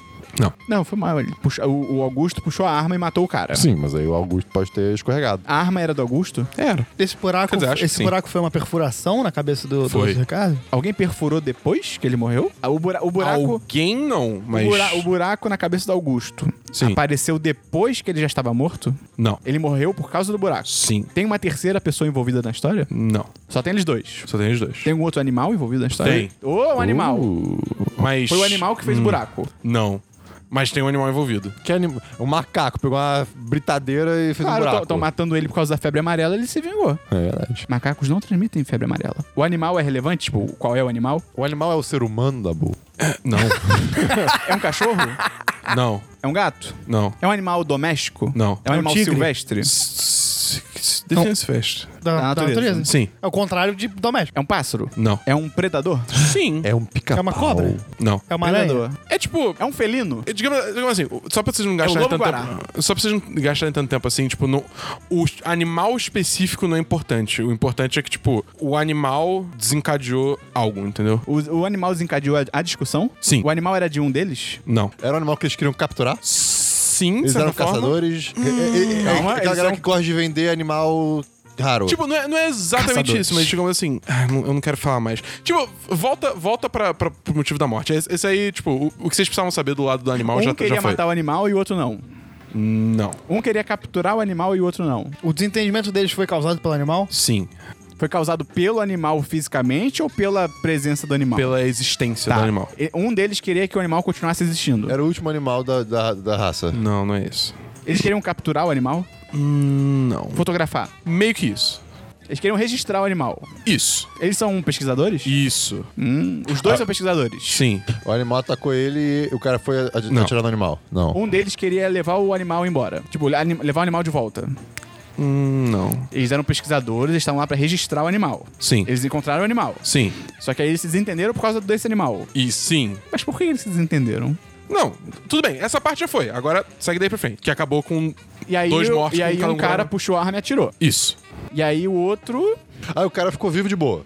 Speaker 1: Não, foi mal. Ele puxa- o, o Augusto puxou a arma e matou o cara.
Speaker 2: Sim, mas aí o Augusto pode ter escorregado.
Speaker 1: A arma era do Augusto?
Speaker 3: Era.
Speaker 4: Esse buraco,
Speaker 3: Quer dizer, acho que
Speaker 4: esse
Speaker 3: sim.
Speaker 4: buraco foi uma perfuração na cabeça do, do
Speaker 3: Foi.
Speaker 4: outro Ricardo?
Speaker 1: Alguém perfurou depois que ele morreu? Ah, O, bura- o buraco...
Speaker 3: Alguém não, mas.
Speaker 1: O, bura- o buraco na cabeça do Augusto
Speaker 3: Sim.
Speaker 1: apareceu depois que ele já estava morto?
Speaker 3: Não.
Speaker 1: Ele morreu por causa do buraco.
Speaker 3: Sim.
Speaker 1: Tem uma terceira pessoa envolvida na história?
Speaker 3: Não.
Speaker 1: Só tem eles dois.
Speaker 3: Só tem os dois.
Speaker 1: Tem um outro animal envolvido na história?
Speaker 3: Tem.
Speaker 1: Ô, um animal.
Speaker 3: Mas.
Speaker 1: Foi o animal que Hum. fez um o buraco.
Speaker 3: Uh. Hum, Não. Mas tem um animal envolvido.
Speaker 2: Que anim... Um macaco pegou uma britadeira e fez um
Speaker 1: Claro,
Speaker 2: buraco.
Speaker 1: estão matando ele por causa da febre amarela, ele se vingou.
Speaker 2: É verdade.
Speaker 1: Macacos não transmitem febre amarela. O animal é relevante? Tipo, qual é o animal?
Speaker 2: O animal é o ser humano, Dabu?
Speaker 1: <laughs>
Speaker 3: Não.
Speaker 1: É um <laughs> cachorro?
Speaker 3: não.
Speaker 1: é um gato?
Speaker 3: Não.
Speaker 1: É um animal doméstico?
Speaker 3: Não.
Speaker 1: É um, animal
Speaker 4: tigre?
Speaker 1: silvestre?
Speaker 3: Defense Fest.
Speaker 1: Da
Speaker 4: Da, da
Speaker 1: natureza.
Speaker 3: Sim.
Speaker 4: É o contrário de doméstico.
Speaker 1: É um pássaro?
Speaker 3: Não.
Speaker 1: É um predador?
Speaker 3: Sim.
Speaker 2: É um pica
Speaker 4: É uma cobra?
Speaker 3: Não.
Speaker 4: É uma aranha?
Speaker 1: Predador.
Speaker 3: É tipo.
Speaker 1: É um felino?
Speaker 3: Digamos, digamos assim, só pra vocês não gastarem
Speaker 1: É lobo
Speaker 3: tanto
Speaker 1: guará.
Speaker 3: tempo. Só pra vocês não gastarem tanto tempo assim, tipo, não, o animal específico não é importante. O importante é que, tipo, o animal desencadeou algo, entendeu?
Speaker 1: O, o animal desencadeou a, a discussão?
Speaker 3: Sim.
Speaker 1: O animal era de um deles?
Speaker 3: Não.
Speaker 2: Era um animal que eles queriam capturar?
Speaker 3: Sim, de
Speaker 2: Eles
Speaker 3: certa
Speaker 2: eram
Speaker 3: forma.
Speaker 2: caçadores? É, é, é, é,
Speaker 1: Calma,
Speaker 2: aquela
Speaker 1: eles
Speaker 2: galera
Speaker 1: eram-
Speaker 2: que gosta de vender animal raro.
Speaker 3: Tipo, não é, não é exatamente
Speaker 1: Caçadores.
Speaker 3: isso, mas digamos assim, ah, não- eu não quero falar mais. Tipo, volta, volta pra, pra, pro motivo da morte. Esse, esse aí, tipo, o, o que vocês precisavam saber do lado do animal
Speaker 1: um
Speaker 3: já,
Speaker 1: queria
Speaker 3: já foi.
Speaker 1: matar o animal e o outro não.
Speaker 3: Não.
Speaker 1: Um queria capturar o animal e o outro não.
Speaker 4: O desentendimento deles foi causado pelo animal?
Speaker 3: Sim.
Speaker 1: Foi causado pelo animal fisicamente ou pela presença do animal?
Speaker 3: Pela existência
Speaker 1: Tá.
Speaker 3: do animal. É.
Speaker 1: E- Um deles queria que o animal continuasse existindo.
Speaker 2: Era o último animal da, da, da raça.
Speaker 3: Não, não é isso.
Speaker 1: Eles queriam capturar o animal,
Speaker 3: Hum, Não.
Speaker 1: fotografar.
Speaker 3: Meio que isso.
Speaker 1: Eles Eles queriam registrar o animal.
Speaker 3: Isso.
Speaker 1: Eles são pesquisadores?
Speaker 3: Isso.
Speaker 1: Hum, os dois
Speaker 3: Ah.
Speaker 1: são pesquisadores.
Speaker 3: Sim.
Speaker 2: O animal atacou ele e o cara foi a- a-
Speaker 3: Não.
Speaker 2: atirar no animal. Não.
Speaker 1: Um deles queria levar o animal embora. Tipo, anim- levar o animal de volta.
Speaker 3: Hum, não.
Speaker 1: Eles eram pesquisadores, eles estavam lá pra registrar o animal.
Speaker 3: Sim.
Speaker 1: Eles encontraram o animal.
Speaker 3: Sim.
Speaker 1: Só que aí eles se desentenderam por causa desse animal.
Speaker 3: E sim.
Speaker 1: Mas por que eles se desentenderam?
Speaker 3: Não, tudo bem, essa parte já foi. Agora segue daí pra frente. Que acabou com
Speaker 1: E aí,
Speaker 3: dois mortos
Speaker 1: e
Speaker 3: com
Speaker 1: aí
Speaker 3: cada
Speaker 1: um cara puxou a arma e atirou.
Speaker 3: Isso.
Speaker 1: E aí o outro.
Speaker 2: Aí Ah, o cara ficou vivo de boa.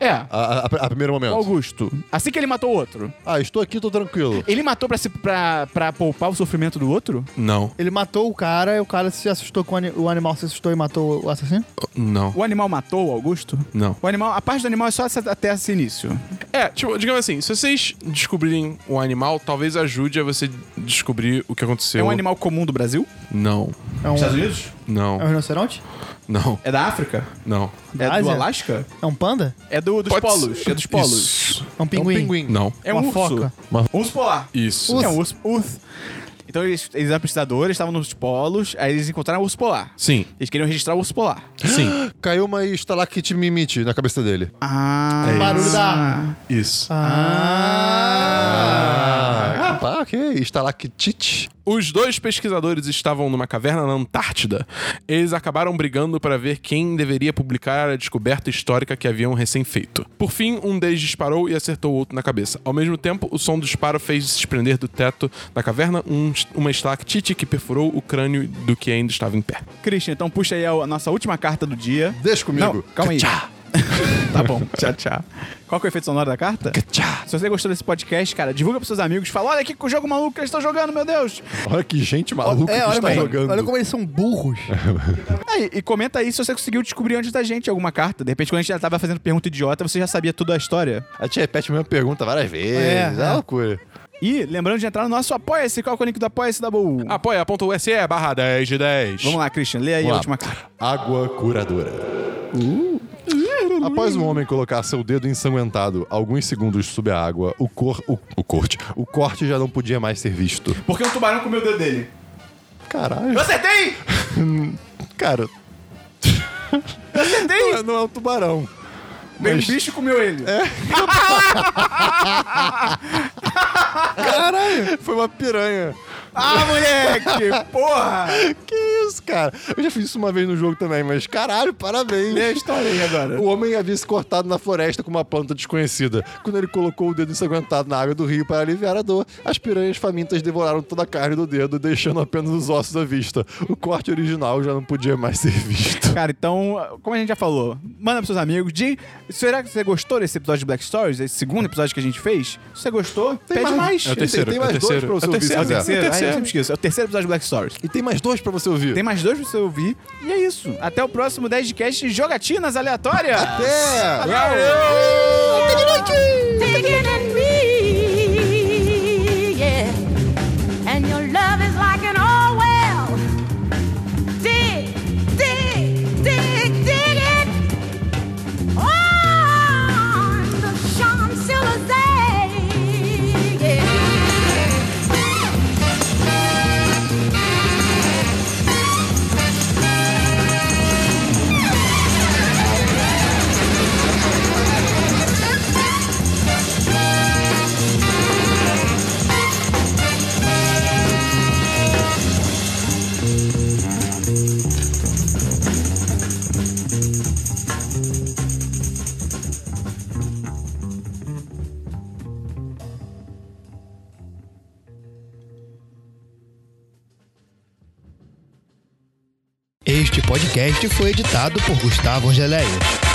Speaker 1: É,
Speaker 2: A, a- a primeiro
Speaker 1: o
Speaker 2: momento.
Speaker 1: Augusto. Assim que ele matou o outro,
Speaker 2: Ah, estou aqui, tô tranquilo.
Speaker 1: ele matou pra, se, pra, pra poupar o sofrimento do outro?
Speaker 3: Não,
Speaker 4: Ele matou o cara e o cara se assustou com o, ani- o animal, se assustou e matou o assassino?
Speaker 3: não,
Speaker 1: O animal matou o Augusto?
Speaker 3: não.
Speaker 1: O animal, a parte do animal é só essa- até esse início.
Speaker 3: É, tipo, digamos assim, se vocês descobrirem um animal, talvez ajude a você descobrir o que aconteceu.
Speaker 1: É um animal comum do Brasil?
Speaker 3: Não,
Speaker 4: É um,
Speaker 1: Unidos?
Speaker 3: não,
Speaker 4: é um rinoceronte?
Speaker 3: não,
Speaker 1: É da África?
Speaker 3: não.
Speaker 1: É do
Speaker 4: Ásia?
Speaker 1: Alasca?
Speaker 4: É um panda?
Speaker 1: É do, dos
Speaker 3: Pode
Speaker 1: polos.
Speaker 3: ser-
Speaker 1: É dos polos.
Speaker 3: Isso.
Speaker 4: É um pinguim?
Speaker 3: Não,
Speaker 1: É um
Speaker 4: Uma
Speaker 1: urso.
Speaker 4: foca.
Speaker 1: Urso polar.
Speaker 3: isso.
Speaker 1: É um urso. urso. Então eles, eles eram pesquisadores, estavam nos polos, aí eles encontraram o urso polar.
Speaker 3: Sim,
Speaker 1: Eles queriam registrar o urso polar.
Speaker 3: sim,
Speaker 1: <gasps>
Speaker 2: Caiu uma estalactite mimite na cabeça dele.
Speaker 1: Ah,
Speaker 3: É
Speaker 4: Barulho da arma.
Speaker 3: isso.
Speaker 2: Ah, tá, ok. Estalactite.
Speaker 3: Os dois pesquisadores estavam numa caverna na Antártida. Eles acabaram brigando para ver quem deveria publicar a descoberta histórica que haviam recém feito. Por fim, um deles disparou e acertou o outro na cabeça. Ao mesmo tempo, o som do disparo fez se desprender do teto da caverna um- uma estalactite que perfurou o crânio do que ainda estava em pé.
Speaker 1: Christian, então puxa aí a, a nossa última carta do dia.
Speaker 2: Deixa comigo.
Speaker 1: Não, calma aí. <laughs> tá bom. Tchau, tchau. Qual que é o efeito sonoro da carta?
Speaker 3: Tchá!
Speaker 1: Se você gostou desse podcast, cara, divulga pros seus amigos. Fala, olha aqui que jogo maluco que eles estão jogando, meu Deus.
Speaker 2: Olha que gente maluca
Speaker 4: É,
Speaker 2: que
Speaker 4: olha,
Speaker 2: está
Speaker 4: bem,
Speaker 2: jogando.
Speaker 4: olha como eles são burros.
Speaker 1: Aí, É, e comenta aí se você conseguiu descobrir antes da gente alguma carta. De repente, quando a gente já tava fazendo pergunta idiota, você já sabia toda a história.
Speaker 2: A gente repete a mesma pergunta várias vezes.
Speaker 4: É,
Speaker 2: É,
Speaker 4: é.
Speaker 2: uma loucura.
Speaker 1: E lembrando de entrar no nosso Apoia-se. Qual que é o link do Apoia-se da Boa?
Speaker 3: Apoia.se barra 10 de 10.
Speaker 1: Ah, Vamos lá, Christian, lê aí
Speaker 2: Vamos
Speaker 1: a
Speaker 2: lá.
Speaker 1: última carta.
Speaker 2: Água curadora. Após um homem colocar seu dedo ensanguentado alguns segundos sob a água, o, cor, o, o corte, o corte já não podia mais ser visto.
Speaker 1: Porque um tubarão comeu o dedo dele.
Speaker 2: Caralho,
Speaker 1: Eu acertei!
Speaker 2: cara,
Speaker 1: Acertei!
Speaker 2: não é- não é um tubarão.
Speaker 1: Veio um
Speaker 2: Mas-
Speaker 1: bicho e comeu ele.
Speaker 2: Caralho, foi uma piranha.
Speaker 1: Ah, moleque! Porra!
Speaker 2: Que isso, cara? Eu já fiz isso uma vez no jogo também, mas caralho, parabéns.
Speaker 1: Lê a história aí agora.
Speaker 2: O homem havia se cortado na floresta com uma planta desconhecida. Quando ele colocou o dedo ensanguentado na água do rio para aliviar a dor, as piranhas famintas devoraram toda a carne do dedo, deixando apenas os ossos à vista. O corte original já não podia mais ser visto.
Speaker 1: Cara, então, como a gente já falou, manda pros seus amigos. De, será que você gostou desse episódio de Black Stories, esse segundo episódio que a gente fez? Se você gostou, pede mais.
Speaker 3: É o terceiro,
Speaker 2: Tem mais
Speaker 3: é o terceiro,
Speaker 2: dois pra você
Speaker 3: é o
Speaker 2: ouvir, se
Speaker 1: É o
Speaker 2: quiser.
Speaker 1: terceiro, Ai, eu
Speaker 3: É o terceiro.
Speaker 1: sempre esqueço. É o terceiro episódio de Black Stories.
Speaker 2: E tem mais dois pra você ouvir.
Speaker 1: Tem mais dois pra você ouvir. E é isso. Até o próximo 10 de cast Jogatinas Aleatórias.
Speaker 2: É!
Speaker 6: Taking in me, yeah. And your love is like an oil well. Dig, dig, dig, dig it. On the Champs-Élysées, yeah.
Speaker 4: Este podcast foi editado por Gustavo Angeléia.